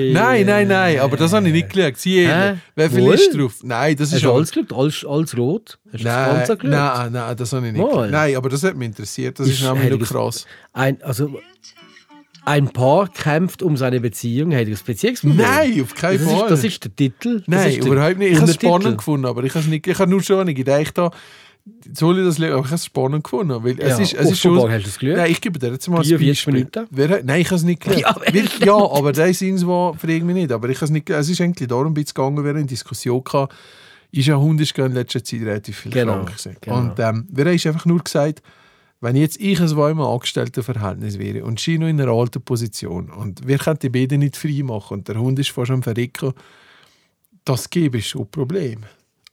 Speaker 4: schauen. Nein, nein, nein, aber das habe ich nicht geschaut. Sieh,
Speaker 3: Hä?
Speaker 4: wer viel
Speaker 3: Wohl?
Speaker 4: ist drauf? Nein, das
Speaker 3: Hast
Speaker 4: ist
Speaker 3: du Also alles geschaut? Alles, alles rot? Hast du das
Speaker 4: Nein,
Speaker 3: Ganze geschaut?
Speaker 4: nein, nein, das habe ich nicht
Speaker 3: Wohl.
Speaker 4: geschaut. Nein, aber das hat mich interessiert. Das ist,
Speaker 3: Ist-
Speaker 4: nämlich
Speaker 3: hätte
Speaker 4: noch
Speaker 3: ich-
Speaker 4: krass.
Speaker 3: Ein, also, ein Paar kämpft um seine Beziehung. Hat er das Beziehungsproblem?
Speaker 4: Nein, auf
Speaker 3: das ist,
Speaker 4: keinen Fall.
Speaker 3: das ist der Titel. Das
Speaker 4: nein,
Speaker 3: ist der
Speaker 4: überhaupt nicht. Ich habe es
Speaker 3: Untertitel.
Speaker 4: spannend gefunden, aber ich habe es nicht. Ich habe nur schon nicht gedacht, da, soll ich das lesen? Aber ich habe es spannend gefunden. Weil es
Speaker 3: Ja,
Speaker 4: ist, es ist
Speaker 3: offenbar
Speaker 4: schon,
Speaker 3: hast du es geschaut.
Speaker 4: Nein, ich gebe dir jetzt mal ein
Speaker 3: 43
Speaker 4: Beispiel.
Speaker 3: Minuten.
Speaker 4: Wer, hat- nein, ich habe es nicht gelesen.
Speaker 3: Ja, wer
Speaker 4: Weil- ja, aber das ist irgendwo, frage mich nicht. Aber ich habe es nicht gelesen. Es ist eigentlich darum ein bisschen gegangen, wir haben eine Diskussion gehabt. Ist ja Hund ist in letzter Zeit relativ viel
Speaker 3: Genau,
Speaker 4: krank gewesen.
Speaker 3: genau.
Speaker 4: Und ähm, wir haben einfach nur gesagt, wenn jetzt ich ein zweimal angestellter Verhältnis wäre und Chino in einer alten Position und wir können die beiden nicht frei machen und der Hund ist fast am Verrecken, das gäbe es schon ein Problem.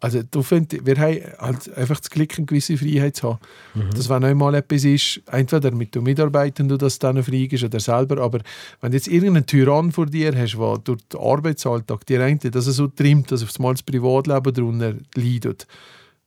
Speaker 4: Also du find, wir haben halt einfach das Glück, eine gewisse Freiheit zu haben.
Speaker 3: Mhm.
Speaker 4: Dass wenn einmal etwas ist, entweder mit den Mitarbeitenden du das dann frei ist oder selber, aber wenn du jetzt irgendeinen Tyrann vor dir hast, der durch den Arbeitsalltag dir eigentlich, dass er so trimmt, dass auf einmal das Privatleben darunter leidet,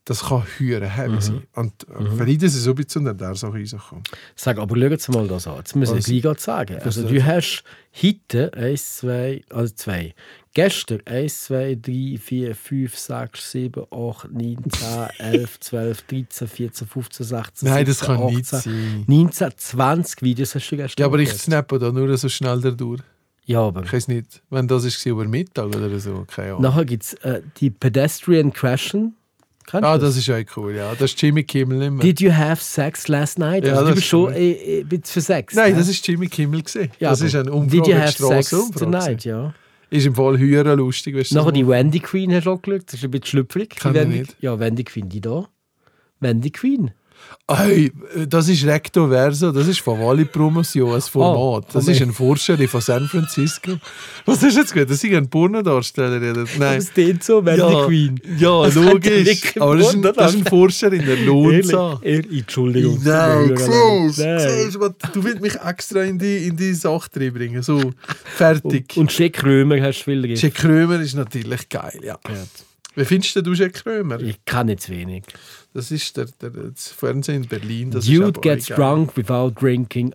Speaker 4: das kann höher heavy sein. Und äh, vielleicht ist es so ein bisschen unter der Sache reingekommen.
Speaker 3: Sag, aber schauen Sie mal das an. Jetzt müssen wir es
Speaker 4: Also-
Speaker 3: gleich gerade sagen. Also,
Speaker 4: Das-
Speaker 3: du hast heute 1, 2, also 2. Gestern 1, 2, 3, 4, 5, 6, 7, 8, 9, 10, 11, 12, 13, 14, 15, 16,
Speaker 4: Nein, das
Speaker 3: 17,
Speaker 4: kann
Speaker 3: 18,
Speaker 4: nicht sein.
Speaker 3: 19, 20 Videos hast du gestern
Speaker 4: Ja, aber ich
Speaker 3: gemacht.
Speaker 4: snappe da nur so schnell dadurch.
Speaker 3: Ja, aber.
Speaker 4: Ich weiß nicht, wenn das ist über Mittag oder so, keine Ahnung.
Speaker 3: Nachher gibt es äh, die Pedestrian Crashen. Kennst
Speaker 4: Ah,
Speaker 3: du das?
Speaker 4: das ist auch cool, ja. Das ist Jimmy Kimmel nicht mehr.
Speaker 3: Did you have sex last night?
Speaker 4: Ja,
Speaker 3: also, du
Speaker 4: das
Speaker 3: bist schon
Speaker 4: stimmt.
Speaker 3: äh, äh, bist für Sex.
Speaker 4: Nein,
Speaker 3: hä?
Speaker 4: das ist Jimmy Kimmel gesehen.
Speaker 3: ja,
Speaker 4: das
Speaker 3: aber
Speaker 4: ist ein
Speaker 3: Did you
Speaker 4: Umfrage,
Speaker 3: have sex
Speaker 4: Straßenumfrage.
Speaker 3: tonight? Ja.
Speaker 4: Ist im Fall höher lustig, weißt du.
Speaker 3: Nachher die
Speaker 4: so.
Speaker 3: Wendy Queen hast du auch geschaut. Das ist ein bisschen schlüpfrig.
Speaker 4: Kenn
Speaker 3: die
Speaker 4: ich
Speaker 3: Wendy,
Speaker 4: nicht.
Speaker 3: Ja, Wendy Queen, die da. Wendy Queen.
Speaker 4: Ey, äh, das ist Recto Verso, das ist von Wally
Speaker 3: Oh,
Speaker 4: Promotion, ein Format. das
Speaker 3: komm
Speaker 4: ist
Speaker 3: her.
Speaker 4: ein Forscherin von San Francisco. Was ist jetzt gut? Das ist ein Pornodarsteller. oder? Nein.
Speaker 3: Das klingt so, Wendy Queen.
Speaker 4: ja
Speaker 3: Das könnte
Speaker 4: logisch.
Speaker 3: nicht
Speaker 4: Aber das ist, ein,
Speaker 3: geworden
Speaker 4: das ist ein Forscher in der Lohnsa.
Speaker 3: Ehrlich, ehrlich, Entschuldigung.
Speaker 4: Nein, siehst
Speaker 3: Nein.
Speaker 4: siehst, was- du willst mich extra in die, in die Sache reinbringen. So, fertig.
Speaker 3: Und Jack Römer hast du viel gegeben.
Speaker 4: Jack Krömer ist natürlich geil, ja. Wie findest denn du Jack Krömer?
Speaker 3: Ich kann nicht zu wenig.
Speaker 4: Das ist der, der, das Fernsehen in Berlin. Das ist
Speaker 3: Dude
Speaker 4: aber
Speaker 3: gets
Speaker 4: geil.
Speaker 3: drunk without drinking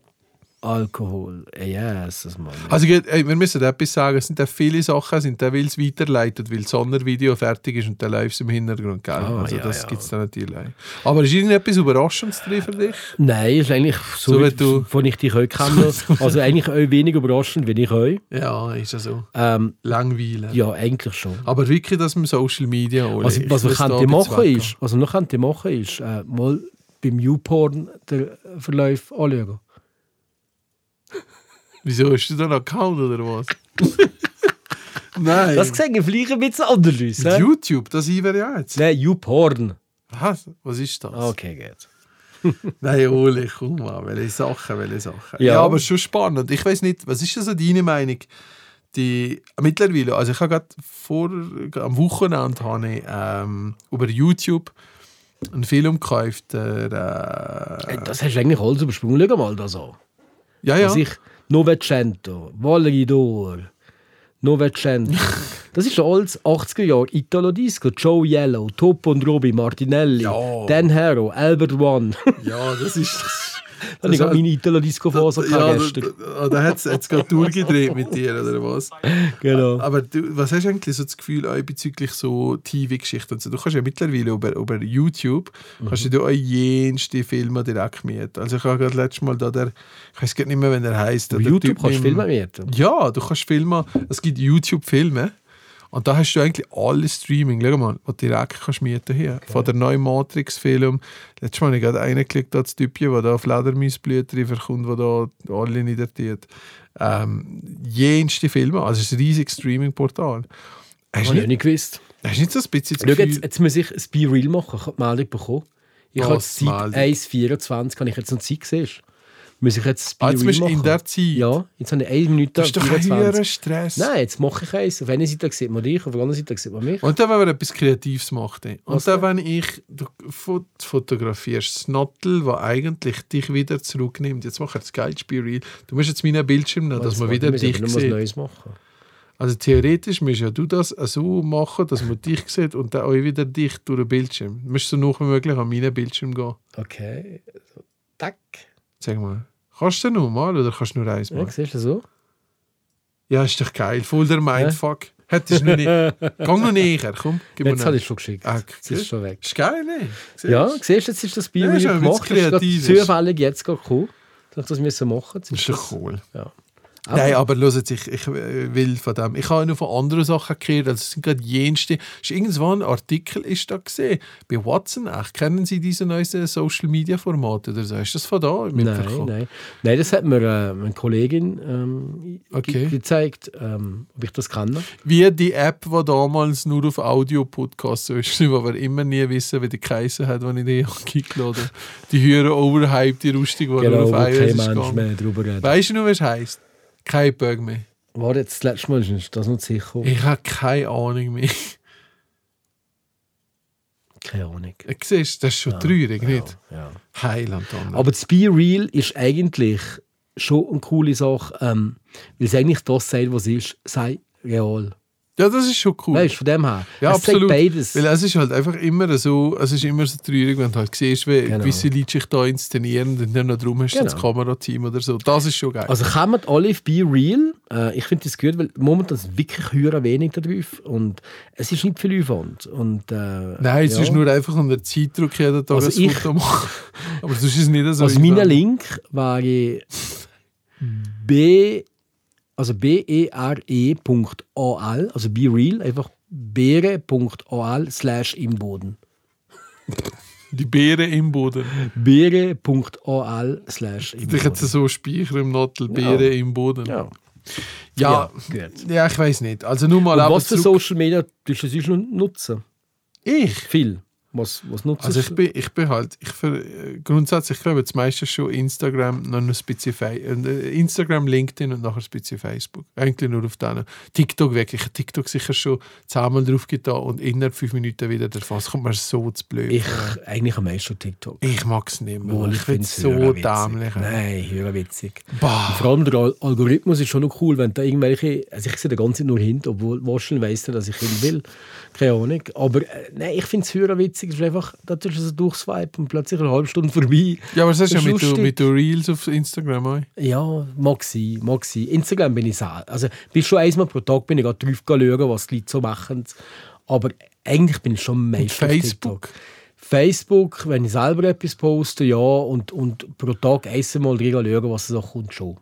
Speaker 3: alcohol. Yes, das Mann.
Speaker 4: Also gut, ey, wir müssen etwas sagen, es sind da viele Sachen, sind da, weil es weiterleitet, weil das Sondervideo fertig ist und dann läuft es im Hintergrund, gell?
Speaker 3: Ah,
Speaker 4: also
Speaker 3: ja,
Speaker 4: das
Speaker 3: ja.
Speaker 4: gibt es da natürlich auch. Aber ist irgendetwas Überraschendes drin für dich?
Speaker 3: Nein, ist eigentlich so,
Speaker 4: So wie
Speaker 3: wie-
Speaker 4: du-
Speaker 3: von ich dich heute kenne. Also eigentlich euch wenig überraschend, wenn ich euch.
Speaker 4: Ja, ist ja so.
Speaker 3: Ähm,
Speaker 4: Langweilen.
Speaker 3: ja, eigentlich schon.
Speaker 4: Aber wirklich, dass man Social Media oder
Speaker 3: Also, was wir könnten machen ist, also, was wir noch könnten machen ist, äh, mal beim YouPorn den Verlauf anschauen.
Speaker 4: Wieso hast du da einen Account oder was? Nein.
Speaker 3: Das sehen vielleicht ein bisschen anders aus. hä?
Speaker 4: YouTube, das hier wäre ja jetzt.
Speaker 3: Nein, YouPorn.
Speaker 4: Was? Was ist das?
Speaker 3: Okay, geht.
Speaker 4: Nein, Uli, komm mal, welche Sachen, welche Sachen. Ja,
Speaker 3: Ja.
Speaker 4: aber schon spannend. Ich weiß nicht, was ist das an deine Meinung? Die, mittlerweile, also ich habe gerade vor, am Wochenende habe ich, ähm, über YouTube einen Film gekauft. Der, äh,
Speaker 3: Das hast du eigentlich alles übersprungen. Schau mal das an.
Speaker 4: ja,
Speaker 3: Ja.
Speaker 4: ja.
Speaker 3: Sich Novecento, Valeridor, Novecento. das ist alles 80er Jahre. Italo Disco, Joe Yellow, Topo und Robi, Martinelli,
Speaker 4: Ja.
Speaker 3: Dan Harrow, Albert One.
Speaker 4: Ja, das ist.
Speaker 3: Dann ich
Speaker 4: hat-
Speaker 3: gerade meine Italo Disco Phase
Speaker 4: Also, ja,
Speaker 3: gehabt gestern.
Speaker 4: da, da hat es gerade durchgedreht mit dir, oder was?
Speaker 3: Genau.
Speaker 4: Aber du, was hast du eigentlich so das Gefühl auch bezüglich so TV-Geschichten? und so? du kannst ja mittlerweile über, über YouTube kannst
Speaker 3: Mhm.
Speaker 4: du dir auch jenste Filme direkt mieten. Also ich habe gerade letztes Mal da der, ich weiß nicht mehr, wenn er heißt.
Speaker 3: Auf YouTube kannst du Filme mieten.
Speaker 4: Ja, du kannst Filme, es gibt YouTube-Filme und da hast du eigentlich alle Streaming, schau mal, was du direkt kannst mieten hier. Von der neuen Matrix-Film, letztes Mal habe ich gerade einen geklickt, das Typchen, der da auf Ledermausblüter verkommt, der da alle niedertät. Ähm, jenste Filme, also es ist ein riesiges Streaming-Portal. Hast du
Speaker 3: Habe ich ja
Speaker 4: nicht,
Speaker 3: nicht gewusst.
Speaker 4: hast du nicht so ein bisschen das
Speaker 3: Schau, jetzt, äh,
Speaker 4: Gefühl,
Speaker 3: jetzt muss ich ein Be Real machen. Ich habe die Meldung bekommen. Ich habe
Speaker 4: Was,
Speaker 3: jetzt seit
Speaker 4: Meldung?
Speaker 3: 1,24 habe ich jetzt noch Zeit gesehen. Muss ich jetzt ein Be
Speaker 4: Ah, jetzt
Speaker 3: Real
Speaker 4: bist du
Speaker 3: machen?
Speaker 4: in der Zeit?
Speaker 3: Ja, jetzt habe ich 1 Minute
Speaker 4: das ist doch ein
Speaker 3: 24.
Speaker 4: höherer Stress.
Speaker 3: Nein, jetzt mache ich eins. Auf einer Seite sieht man dich, auf der anderen Seite sieht man mich.
Speaker 4: Und dann, wenn man etwas Kreatives macht. ey. Und
Speaker 3: Was
Speaker 4: dann, wenn ich, du fo- fotografierst das Nottel, das eigentlich dich wieder zurücknimmt. Jetzt mach ich das geiles Spiel. Du musst jetzt meinen Bildschirm nehmen, dass man wieder
Speaker 3: muss ich
Speaker 4: dich
Speaker 3: aber nur was
Speaker 4: sieht.
Speaker 3: Neues machen.
Speaker 4: Also theoretisch musst ja du das so machen, dass man dich sieht und dann auch wieder dich durch den Bildschirm. Du musst so nah wie möglich an meinen Bildschirm gehen.
Speaker 3: Okay. So, Tack.
Speaker 4: Sag mal. Kannst du nur mal oder kannst du nur eins
Speaker 3: Ja,
Speaker 4: machen?
Speaker 3: siehst du so?
Speaker 4: Ja, ist doch geil. Voll der Mindfuck. Hättest du noch nicht. Geh noch näher, komm. Gib
Speaker 3: Jetzt
Speaker 4: noch.
Speaker 3: habe ich es schon geschickt.
Speaker 4: Ah,
Speaker 3: es ist schon weg.
Speaker 4: Ist geil, ne?
Speaker 3: Ja, siehst du, jetzt ist das Bier
Speaker 4: Ja, ist aber
Speaker 3: gemacht.
Speaker 4: jetzt
Speaker 3: Das ist
Speaker 4: kreativ.
Speaker 3: gerade zufällig jetzt gerade gekommen. Dass ich das müssen machen
Speaker 4: Das ist doch cool.
Speaker 3: Ja.
Speaker 4: Nein, aber hört sich, ich äh, will von dem. Ich habe auch noch von anderen Sachen gehört. Also es sind gerade jenste. Ist irgendwann ein Artikel ist da gesehen. Bei Watson echt. Kennen Sie diese neuen Social Media Formate oder so? Ist das von da?
Speaker 3: Nein, nein. Nein, das hat mir äh, meine Kollegin ähm,
Speaker 4: Okay.
Speaker 3: ge gezeigt, ähm, ob ich das kann.
Speaker 4: Wie die App, die damals nur auf Audio-Podcasts ist, wo wir immer nie wissen, wie die Kaiser hat, wenn ich die angeladen habe. Die höhere Overhype, die Rüstung, die
Speaker 3: Genau,
Speaker 4: nur
Speaker 3: wo
Speaker 4: auf iOS
Speaker 3: kein
Speaker 4: ist
Speaker 3: Mensch
Speaker 4: gegangen.
Speaker 3: mehr darüber redet.
Speaker 4: Weißt du noch, was heisst? Kein Bug mehr.
Speaker 3: Warte, jetzt das letzte Mal ist das noch sicher.
Speaker 4: Ich habe keine Ahnung mehr.
Speaker 3: Keine Ahnung.
Speaker 4: äh, Siehst du, das ist schon traurig, nicht?
Speaker 3: Ah, Ja.
Speaker 4: Heiland, Anna.
Speaker 3: Aber das Be Real ist eigentlich schon eine coole Sache, ähm, weil es eigentlich das sagt, was es ist, sei real.
Speaker 4: Ja, das ist schon cool.
Speaker 3: Weißt du, von dem her.
Speaker 4: ja,
Speaker 3: es
Speaker 4: absolut.
Speaker 3: sagt beides.
Speaker 4: Weil es ist halt einfach immer so, es ist immer so traurig, wenn du halt siehst, wie
Speaker 3: Genau.
Speaker 4: gewisse Leute sich da inszenieren und dann noch drum hast du
Speaker 3: Genau.
Speaker 4: das Kamerateam oder so. Das ist schon geil.
Speaker 3: Also kommen alle auf Be Real. Äh, ich finde das gut, weil momentan sind wirklich höher wenig da drauf und es ist nicht viel Aufwand. Und, äh,
Speaker 4: Nein, es
Speaker 3: ja.
Speaker 4: ist nur einfach unter Zeitdruck jeden Tag
Speaker 3: Also
Speaker 4: ein
Speaker 3: ich-
Speaker 4: Foto machen. Aber sonst ist es nicht so.
Speaker 3: Also mein Link wäre B, also E B-E-R-E.al, also Be Real, einfach beere.al slash im Boden.
Speaker 4: Die Beere im Boden.
Speaker 3: beere.al slash
Speaker 4: Ich hätte so Speicher im Nottel, Beere im Boden.
Speaker 3: ja.
Speaker 4: ja,
Speaker 3: Ja, gut.
Speaker 4: Ja, ich weiß nicht. Also nur mal
Speaker 3: Und
Speaker 4: aber
Speaker 3: was für
Speaker 4: zurück-
Speaker 3: Social Media tust du sonst noch nutzen?
Speaker 4: Ich?
Speaker 3: Viel. Was, was nutzt
Speaker 4: Also ich
Speaker 3: du?
Speaker 4: bin, ich bin halt, ich ver, äh, grundsätzlich glaube ich meistens schon Instagram, noch ein bisschen Fe äh, Instagram, LinkedIn und nachher ein bisschen Facebook. Eigentlich nur auf denen. TikTok wirklich. Ich habe TikTok sicher schon zehnmal drauf getan und innerhalb fünf Minuten wieder davon. Es kommt mir so zu blöd.
Speaker 3: Ich,
Speaker 4: Ich,
Speaker 3: eigentlich am meisten TikTok.
Speaker 4: Äh, ich mag es nicht mehr. ich finde
Speaker 3: find's
Speaker 4: es so
Speaker 3: höherwitzig.
Speaker 4: dämlich. Ah.
Speaker 3: Nein, höher witzig.
Speaker 4: Bah.
Speaker 3: Vor allem der Al- Algorithmus ist schon noch cool, wenn da irgendwelche, also ich sehe die ganze Zeit nur hin, obwohl wahrscheinlich weiss er, dass ich hin will. Keine Ahnung. Aber äh, nein, ich finde es höher witzig. Es ist einfach, da tust du so durchswipen und plötzlich eine halbe Stunde vorbei.
Speaker 4: Ja, aber das hast du ja
Speaker 3: Das ist
Speaker 4: mit, du-
Speaker 3: lustig.
Speaker 4: mit den Reels auf Instagram auch.
Speaker 3: Ja, mag sein, mag sein. Instagram bin ich sehr. Also, bin schon einmal pro Tag bin ich gerade drauf schauen, was die Leute so machen. Aber eigentlich bin ich schon meistens auf
Speaker 4: Facebook?
Speaker 3: TikTok. Facebook, wenn ich selber etwas poste, ja, und, und pro Tag einmal drüber schauen, was da kommt, schon.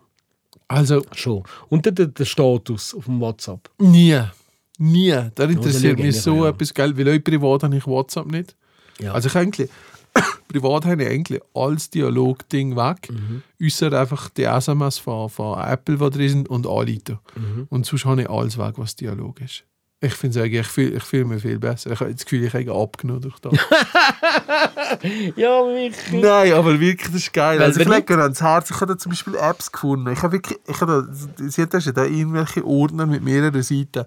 Speaker 4: Also
Speaker 3: schon. Und dann der, der Status auf dem WhatsApp.
Speaker 4: nie. Nie. Da interessiert
Speaker 3: schaue
Speaker 4: mich
Speaker 3: ich
Speaker 4: so
Speaker 3: nicht, ja.
Speaker 4: etwas, gell? weil auch privat habe ich WhatsApp nicht.
Speaker 3: Ja.
Speaker 4: Also ich eigentlich, privat habe ich eigentlich alles Dialog-Ding weg,
Speaker 3: Mhm.
Speaker 4: außer einfach die SMS von, von Apple, die drin sind, und Anleiter.
Speaker 3: Mhm.
Speaker 4: Und sonst habe ich alles weg, was Dialog ist. Ich finde es eigentlich, ich fühle ich fühl mich viel besser. Ich habe das Gefühl, ich habe abgenommen durch das.
Speaker 3: ja, Michi.
Speaker 4: Nein, aber wirklich, das ist geil.
Speaker 3: Weil
Speaker 4: Also ich
Speaker 3: wenn
Speaker 4: lege mir ans Herz. Ich habe da zum Beispiel Apps gefunden. Ich habe wirklich, ich habe da, sie hat da irgendwelche Ordner mit mehreren Seiten.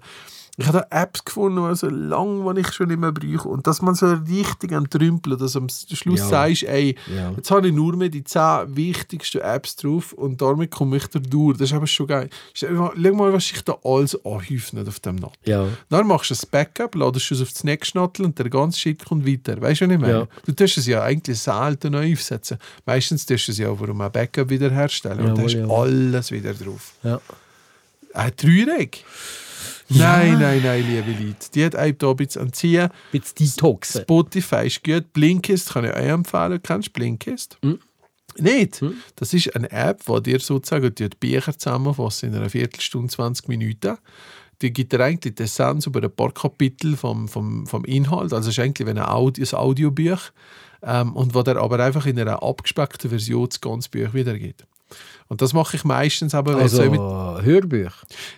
Speaker 4: Ich habe da Apps gefunden, also lang, die ich schon nicht mehr brauche. Und dass man so richtig am Trümpeln, dass am Schluss
Speaker 3: Ja.
Speaker 4: sagst, ey,
Speaker 3: Ja.
Speaker 4: jetzt habe ich nur mehr die 10 wichtigsten Apps drauf und damit komme ich da durch. Das ist eben schon geil. Schau mal, schau mal, was ich da alles anhäufe nicht auf dem Not.
Speaker 3: Ja.
Speaker 4: Dann machst du ein Backup, ladest es auf das Snackschnattel und der ganze Shit kommt weiter. Weißt du, was ich meine?
Speaker 3: Ja.
Speaker 4: Du tust es ja eigentlich selten neu aufsetzen. Meistens tust du es ja, warum ein Backup wiederherstellen und
Speaker 3: Jawohl,
Speaker 4: hast
Speaker 3: jawohl.
Speaker 4: alles wieder drauf.
Speaker 3: Ja.
Speaker 4: Äh, traurig. Nein, nein, nein, liebe Leute. Die hat einem da ein bisschen entziehen.
Speaker 3: Bisschen Detoxen.
Speaker 4: Spotify ist gut. Blinkist kann ich euch empfehlen. Kennst du Blinkist? Nicht. Das ist eine App, wo dir sozusagen die Bücher zusammenfassen in einer Viertelstunde, 20 Minuten. Die gibt dir eigentlich die Essenz über ein paar Kapitel vom, vom, vom Inhalt. Also es ist eigentlich wie ein, Audio, ein Audiobuch. Ähm, und wo der aber einfach in einer abgespeckten Version das ganze Buch wiedergibt. Und das mache ich meistens aber, wenn
Speaker 3: Also,
Speaker 4: so mit
Speaker 3: Hörbücher.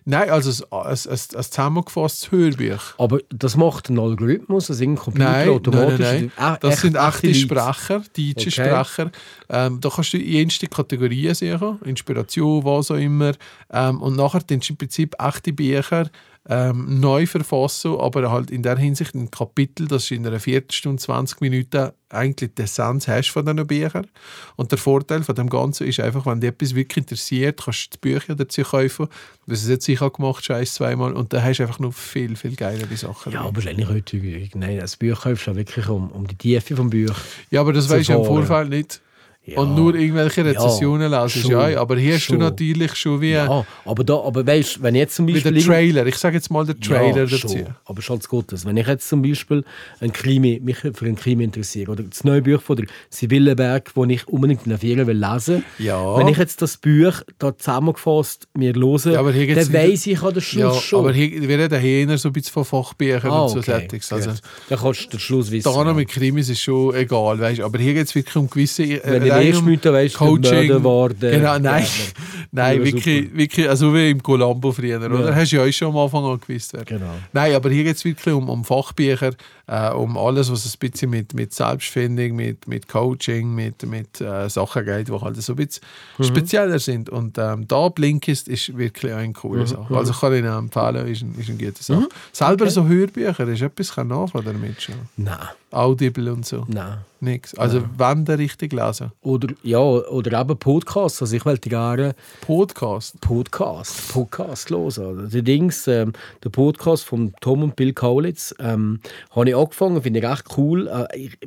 Speaker 4: Nein, also ein, ein, ein, ein zusammengefasstes Hörbuch.
Speaker 3: Aber das macht ein Algorithmus, also irgendein Computer
Speaker 4: Nein,
Speaker 3: automatisch.
Speaker 4: nein, nein, nein.
Speaker 3: Ah,
Speaker 4: Das
Speaker 3: echt-
Speaker 4: sind echte
Speaker 3: Leute.
Speaker 4: Sprecher, deutsche
Speaker 3: Okay.
Speaker 4: Sprecher. Ähm, da kannst du jenste Kategorien sehen, Inspiration, was auch immer. Ähm, und nachher tust du im Prinzip echte Bücher ähm, neu verfassen, aber halt in der Hinsicht ein Kapitel, das du in einer Viertelstunde, 20 Minuten eigentlich die Essenz hast von diesen Büchern. Und der Vorteil von dem Ganzen ist einfach, wenn dich etwas wirklich interessiert, kannst du die Bücher dazu kaufen. Das ist jetzt sicher gemacht, scheiß zweimal. Und dann hast du einfach noch viel, viel geilere Sachen.
Speaker 3: Ja,
Speaker 4: dabei.
Speaker 3: aber eigentlich heute, nein, das Buch kaufst du ja wirklich um, um die Tiefe vom Buch.
Speaker 4: Ja, aber das
Speaker 3: zu
Speaker 4: weißt du ja im
Speaker 3: fahren.
Speaker 4: Vorfall nicht.
Speaker 3: Ja.
Speaker 4: Und nur irgendwelche Rezensionen
Speaker 3: Ja,
Speaker 4: lesen.
Speaker 3: schon,
Speaker 4: Ja, aber hier hast du
Speaker 3: schon.
Speaker 4: natürlich schon wie,
Speaker 3: Ah, aber da, aber weißt, du, wenn jetzt zum
Speaker 4: wie
Speaker 3: Beispiel
Speaker 4: den Trailer. Ich sage jetzt mal den Trailer
Speaker 3: ja,
Speaker 4: dazu.
Speaker 3: Schon, aber schon Gottes. Wenn ich jetzt zum Beispiel ein Krimi, mich für einen Krimi interessiere oder das neue Buch von der Sibylle Berg, das ich unbedingt in der Ferien will lesen
Speaker 4: Ja.
Speaker 3: Wenn ich jetzt das Buch da zusammengefasst mir höre,
Speaker 4: Ja, aber hier gibt's
Speaker 3: dann
Speaker 4: wieder-
Speaker 3: weiss ich an der Schluss
Speaker 4: Ja,
Speaker 3: schon.
Speaker 4: aber hier, wir reden hier eher so ein bisschen von Fachbüchern
Speaker 3: ah,
Speaker 4: und so
Speaker 3: okay,
Speaker 4: Sättiges. Also,
Speaker 3: gut. Dann kannst du den Schluss wissen.
Speaker 4: da
Speaker 3: ja.
Speaker 4: mit Krimis ist schon egal, weißt du. Aber hier geht es wirklich um gewisse. äh,
Speaker 3: Wenn die
Speaker 4: allein um
Speaker 3: Lehrschmütter, weißt du, Mörder waren,
Speaker 4: Genau, nein.
Speaker 3: Gärtner.
Speaker 4: nein,
Speaker 3: Ja,
Speaker 4: wirklich, wirklich, also wie im Columbo früher, oder? Hast du ja auch schon am Anfang an gewusst. wer-
Speaker 3: Genau.
Speaker 4: Nein, aber hier geht es wirklich um, um Fachbücher, äh, um alles, was ein bisschen mit, mit Selbstfindung, mit, mit Coaching, mit, mit äh, Sachen geht, die halt so ein bisschen
Speaker 3: Mhm.
Speaker 4: spezieller sind. Und ähm, da Blinkist ist wirklich eine
Speaker 3: Mhm.
Speaker 4: coole Sache. Also kann ich Ihnen empfehlen, ist, ein, ist eine gute Sache. Selber so Hörbücher, ist etwas kann nachher damit schon.
Speaker 3: Nein,
Speaker 4: Audible und so.
Speaker 3: nein.
Speaker 4: Nix. Also wenn der richtig lesen.
Speaker 3: Oder, ja, oder eben Podcasts. Also ich wollte gerne
Speaker 4: Podcast.
Speaker 3: Podcast, Podcast los. Also. Die Dings, ähm, der Podcast von Tom und Bill Kaulitz, ähm, habe ich angefangen, finde ich echt cool. Äh, ich,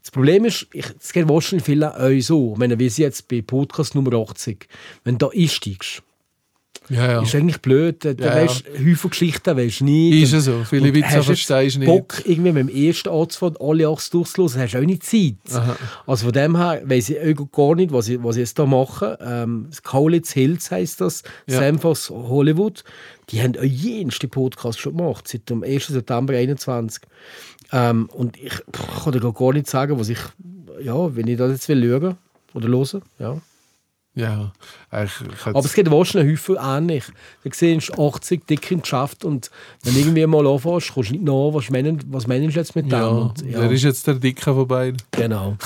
Speaker 3: das Problem ist, ich- es geht wahrscheinlich vielen auch so. Ich meine, wir sind jetzt bei Podcast Nummer 80. Wenn du da einsteigst,
Speaker 4: Ja, ja.
Speaker 3: ist eigentlich blöd. Dann
Speaker 4: Ja, ja.
Speaker 3: weißt du, häufig Geschichten weisst du nie.
Speaker 4: Ist ja so. Viele
Speaker 3: Und
Speaker 4: Witze
Speaker 3: hast jetzt
Speaker 4: verstehst du nicht.
Speaker 3: Bock, irgendwie mit dem ersten anzufangen, alle acht durchzulassen, hast du auch nicht Zeit. Also von dem her weiss ich auch gar nicht, was ich, was ich jetzt da mache. Ähm, das Kaulitz Hills heisst das,
Speaker 4: Ja.
Speaker 3: Samfos Hollywood. Die haben auch jenste Podcast schon gemacht, seit dem 1. September 2021. Ähm, und ich pff, kann dir gar nicht sagen, was ich, ja, wenn ich das jetzt will hören oder hören, ja.
Speaker 4: ja. Ich, ich
Speaker 3: Aber es geht wahrscheinlich häufig ähnlich. Du siehst 80 dick im Geschäft und wenn du irgendwie mal anfängst, kommst du nicht nach, was meinen, was meinen jetzt mit dem?
Speaker 4: ja,
Speaker 3: und, ja
Speaker 4: Der ist jetzt der Dicke von beiden.
Speaker 3: genau.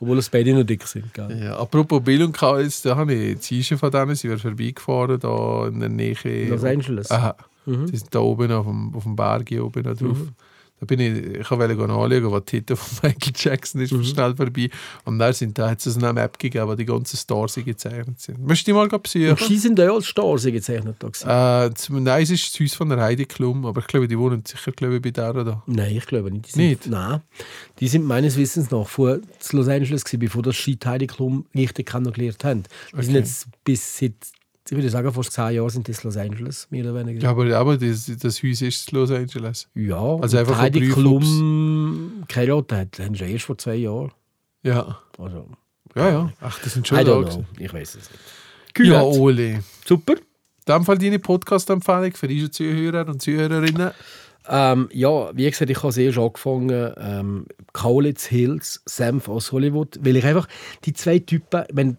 Speaker 3: Obwohl es beide noch dick sind. Gell?
Speaker 4: Ja, apropos Bill und Karls, da habe ich die Tische von denen, sie waren vorbeigefahren, da in der Nähe.
Speaker 3: Los Angeles. Mhm.
Speaker 4: Aha. Die sind da oben auf dem, auf dem Berg hier oben da drauf. Da bin ich, ich wollte gehen anschauen, was die Titel von Michael Jackson
Speaker 3: Mhm.
Speaker 4: ist, schnell vorbei. Und dann sind, da hat es eine Map gegeben, wo die ganzen Stars gezeichnet sind. Möchtest du die mal besuchen?
Speaker 3: Und die sind ja als Stars gezeichnet. Da gewesen.
Speaker 4: Äh, zum- nein, es ist das Haus von der Heidi Klum, aber ich glaube, die wohnen sicher glaube ich, bei der da.
Speaker 3: Nein, ich glaube nicht. Die sind,
Speaker 4: Nicht?
Speaker 3: Nein. Die sind meines Wissens nach vor in Los Angeles, gewesen, bevor das Skiteideklum richtig kennengelernt haben. Die sind
Speaker 4: Okay.
Speaker 3: jetzt bis seit, ich würde sagen, fast 10 Jahre sind das Los Angeles, mehr oder weniger.
Speaker 4: Ja, aber, aber das, das Haus ist in Los Angeles.
Speaker 3: Ja,
Speaker 4: Also
Speaker 3: und
Speaker 4: einfach ein
Speaker 3: Heidi
Speaker 4: Brief,
Speaker 3: Klum geheiratet hat, haben sie erst vor zwei Jahren.
Speaker 4: Ja,
Speaker 3: Also,
Speaker 4: ja, ja. Ach, das sind schon
Speaker 3: I
Speaker 4: da
Speaker 3: don't know.
Speaker 4: gewesen.
Speaker 3: Ich weiß es nicht.
Speaker 4: Ja,
Speaker 3: Gut.
Speaker 4: Oli.
Speaker 3: Super.
Speaker 4: In dem Fall deine Podcast-Empfehlung für unsere Zuhörer und Zuhörerinnen.
Speaker 3: Ähm, ja, wie gesagt, ich habe sehr schon angefangen. Ähm, Kaulitz Hills, Senf aus Hollywood. Weil ich einfach die zwei Typen, wenn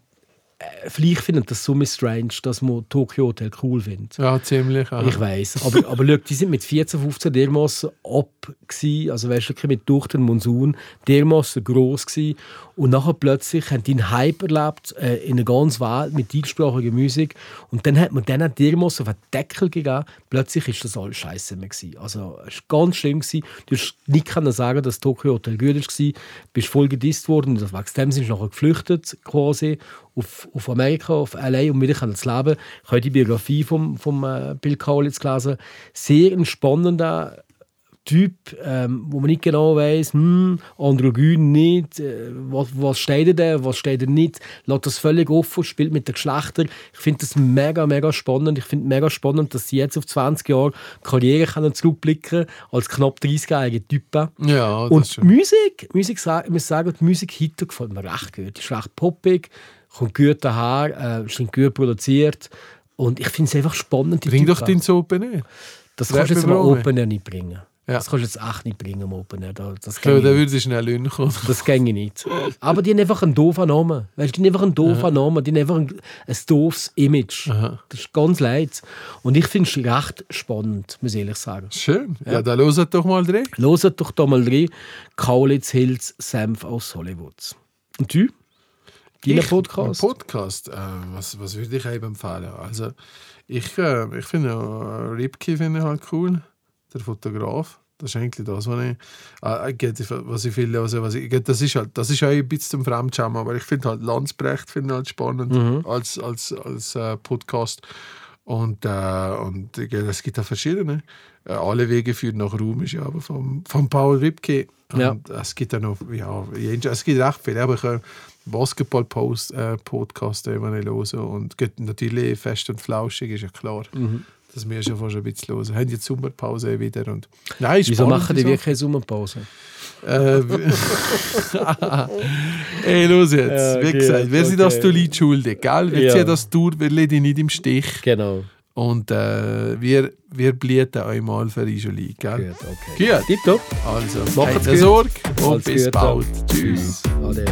Speaker 3: äh, vielleicht finden das Summe strange, dass man Tokyo Hotel cool findet.
Speaker 4: Ja, ziemlich. aha.
Speaker 3: Ich weiß, aber, aber schau, die sind mit 14, 15 dermaßen ab gsi, also weißt du, wirklich mit durch den Monsun dermaßen groß gsi und nachher plötzlich haben die einen Hype erlebt äh, in der ganzen Welt mit deutschsprachiger Musik und dann hat man denen dermaßen auf den Deckel gegeben, plötzlich ist das alles scheiße mehr gsi. Also es war ganz schlimm gsi. Du hast nicht können sagen, dass Tokyo Hotel gut ist gsi, bist voll gedisst worden, und wegen dem sind sie nachher geflüchtet quasi auf, auf Amerika, auf LA und wieder können das Leben. Ich habe die Biografie von vom, äh, Bill Kaulitz gelesen. Sehr ein spannender Typ, ähm, wo man nicht genau weiß, hm, androgyn nicht, äh, was, was steht er, was steht er nicht, lässt das völlig offen, spielt mit den Geschlechtern. Ich finde das mega, mega spannend. Ich finde mega spannend, dass sie jetzt auf 20 Jahre Karriere können zurückblicken als knapp 30-jährige Typen.
Speaker 4: Ja, das ist
Speaker 3: Und die
Speaker 4: schön.
Speaker 3: Musik, Musik, sa- ich muss sagen, die Musik heute gefällt mir recht gut. Die ist recht poppig, kommt gut daher, äh, ist gut produziert. Und ich finde es einfach spannend. Die
Speaker 4: Bring doch
Speaker 3: Typen.
Speaker 4: deinen Soap nicht.
Speaker 3: Das kannst du jetzt im
Speaker 4: Rapper Brome.
Speaker 3: Opener nicht bringen.
Speaker 4: Ja.
Speaker 3: Das kannst du jetzt echt nicht bringen im Opener. Da- Das
Speaker 4: Ich glaube,
Speaker 3: ginge
Speaker 4: der
Speaker 3: nicht.
Speaker 4: würde schnell hinkommen.
Speaker 3: Das ginge nicht. Aber die haben einfach einen doofen Namen. Weißt, du, die haben einfach einen doofen Namen, die haben einfach ein, ein doofes Image. Das ist ganz leid. Und ich finde es recht spannend, muss ich ehrlich sagen.
Speaker 4: Schön. Ja, dann hört doch mal rein.
Speaker 3: Loset doch da mal rein. Kaulitz Hills Senf aus Hollywood. Und du? Dein
Speaker 4: Ich-
Speaker 3: Podcast?
Speaker 4: Mein Podcast. Äh, was, was würde ich eben empfehlen? Also, ich, äh, ich finde äh, Ripke finde ich halt cool. Der Fotograf. Das ist eigentlich das, was ich, äh, äh, geht, was ich viel also was ich, geht, das ist halt, das ist auch ein bisschen zum Fremdscham, aber ich finde halt Landsbrecht finde ich halt spannend
Speaker 3: Mhm.
Speaker 4: als, als, als äh, Podcast. Und, äh, und äh, gell, es gibt da verschiedene. Äh, alle Wege führen nach Ruhm ist ja aber von, von Paul Ripke.
Speaker 3: Ja.
Speaker 4: Und es gibt ja noch, ja, jenseits- es gibt recht viele, aber ich habe Basketball-Podcast, äh, den ich höre. Und geht natürlich fest und flauschig, ist ja klar.
Speaker 3: Mhm.
Speaker 4: Das müssen wir schon fast ein bisschen hören. Haben jetzt Sommerpause wieder. Und, nein, ist
Speaker 3: Wieso
Speaker 4: spannend,
Speaker 3: machen die
Speaker 4: so.
Speaker 3: wirklich eine Sommerpause?
Speaker 4: Äh, Ey, los jetzt.
Speaker 3: Ja,
Speaker 4: Wie
Speaker 3: gut,
Speaker 4: gesagt, wer sie das
Speaker 3: okay.
Speaker 4: du Leid schuldig, gell? Wir
Speaker 3: Ja.
Speaker 4: ziehen das durch, wir lassen dich nicht im Stich.
Speaker 3: Genau.
Speaker 4: Und äh, wir, wir blieten einmal für Isolie, gell?
Speaker 3: Gut, okay.
Speaker 4: Gut,
Speaker 3: Tipptopp.
Speaker 4: also,
Speaker 3: Macht's
Speaker 4: keine
Speaker 3: gut.
Speaker 4: Sorge und
Speaker 3: Alles
Speaker 4: bis
Speaker 3: Gute.
Speaker 4: bald. Tschüss.
Speaker 3: Ade.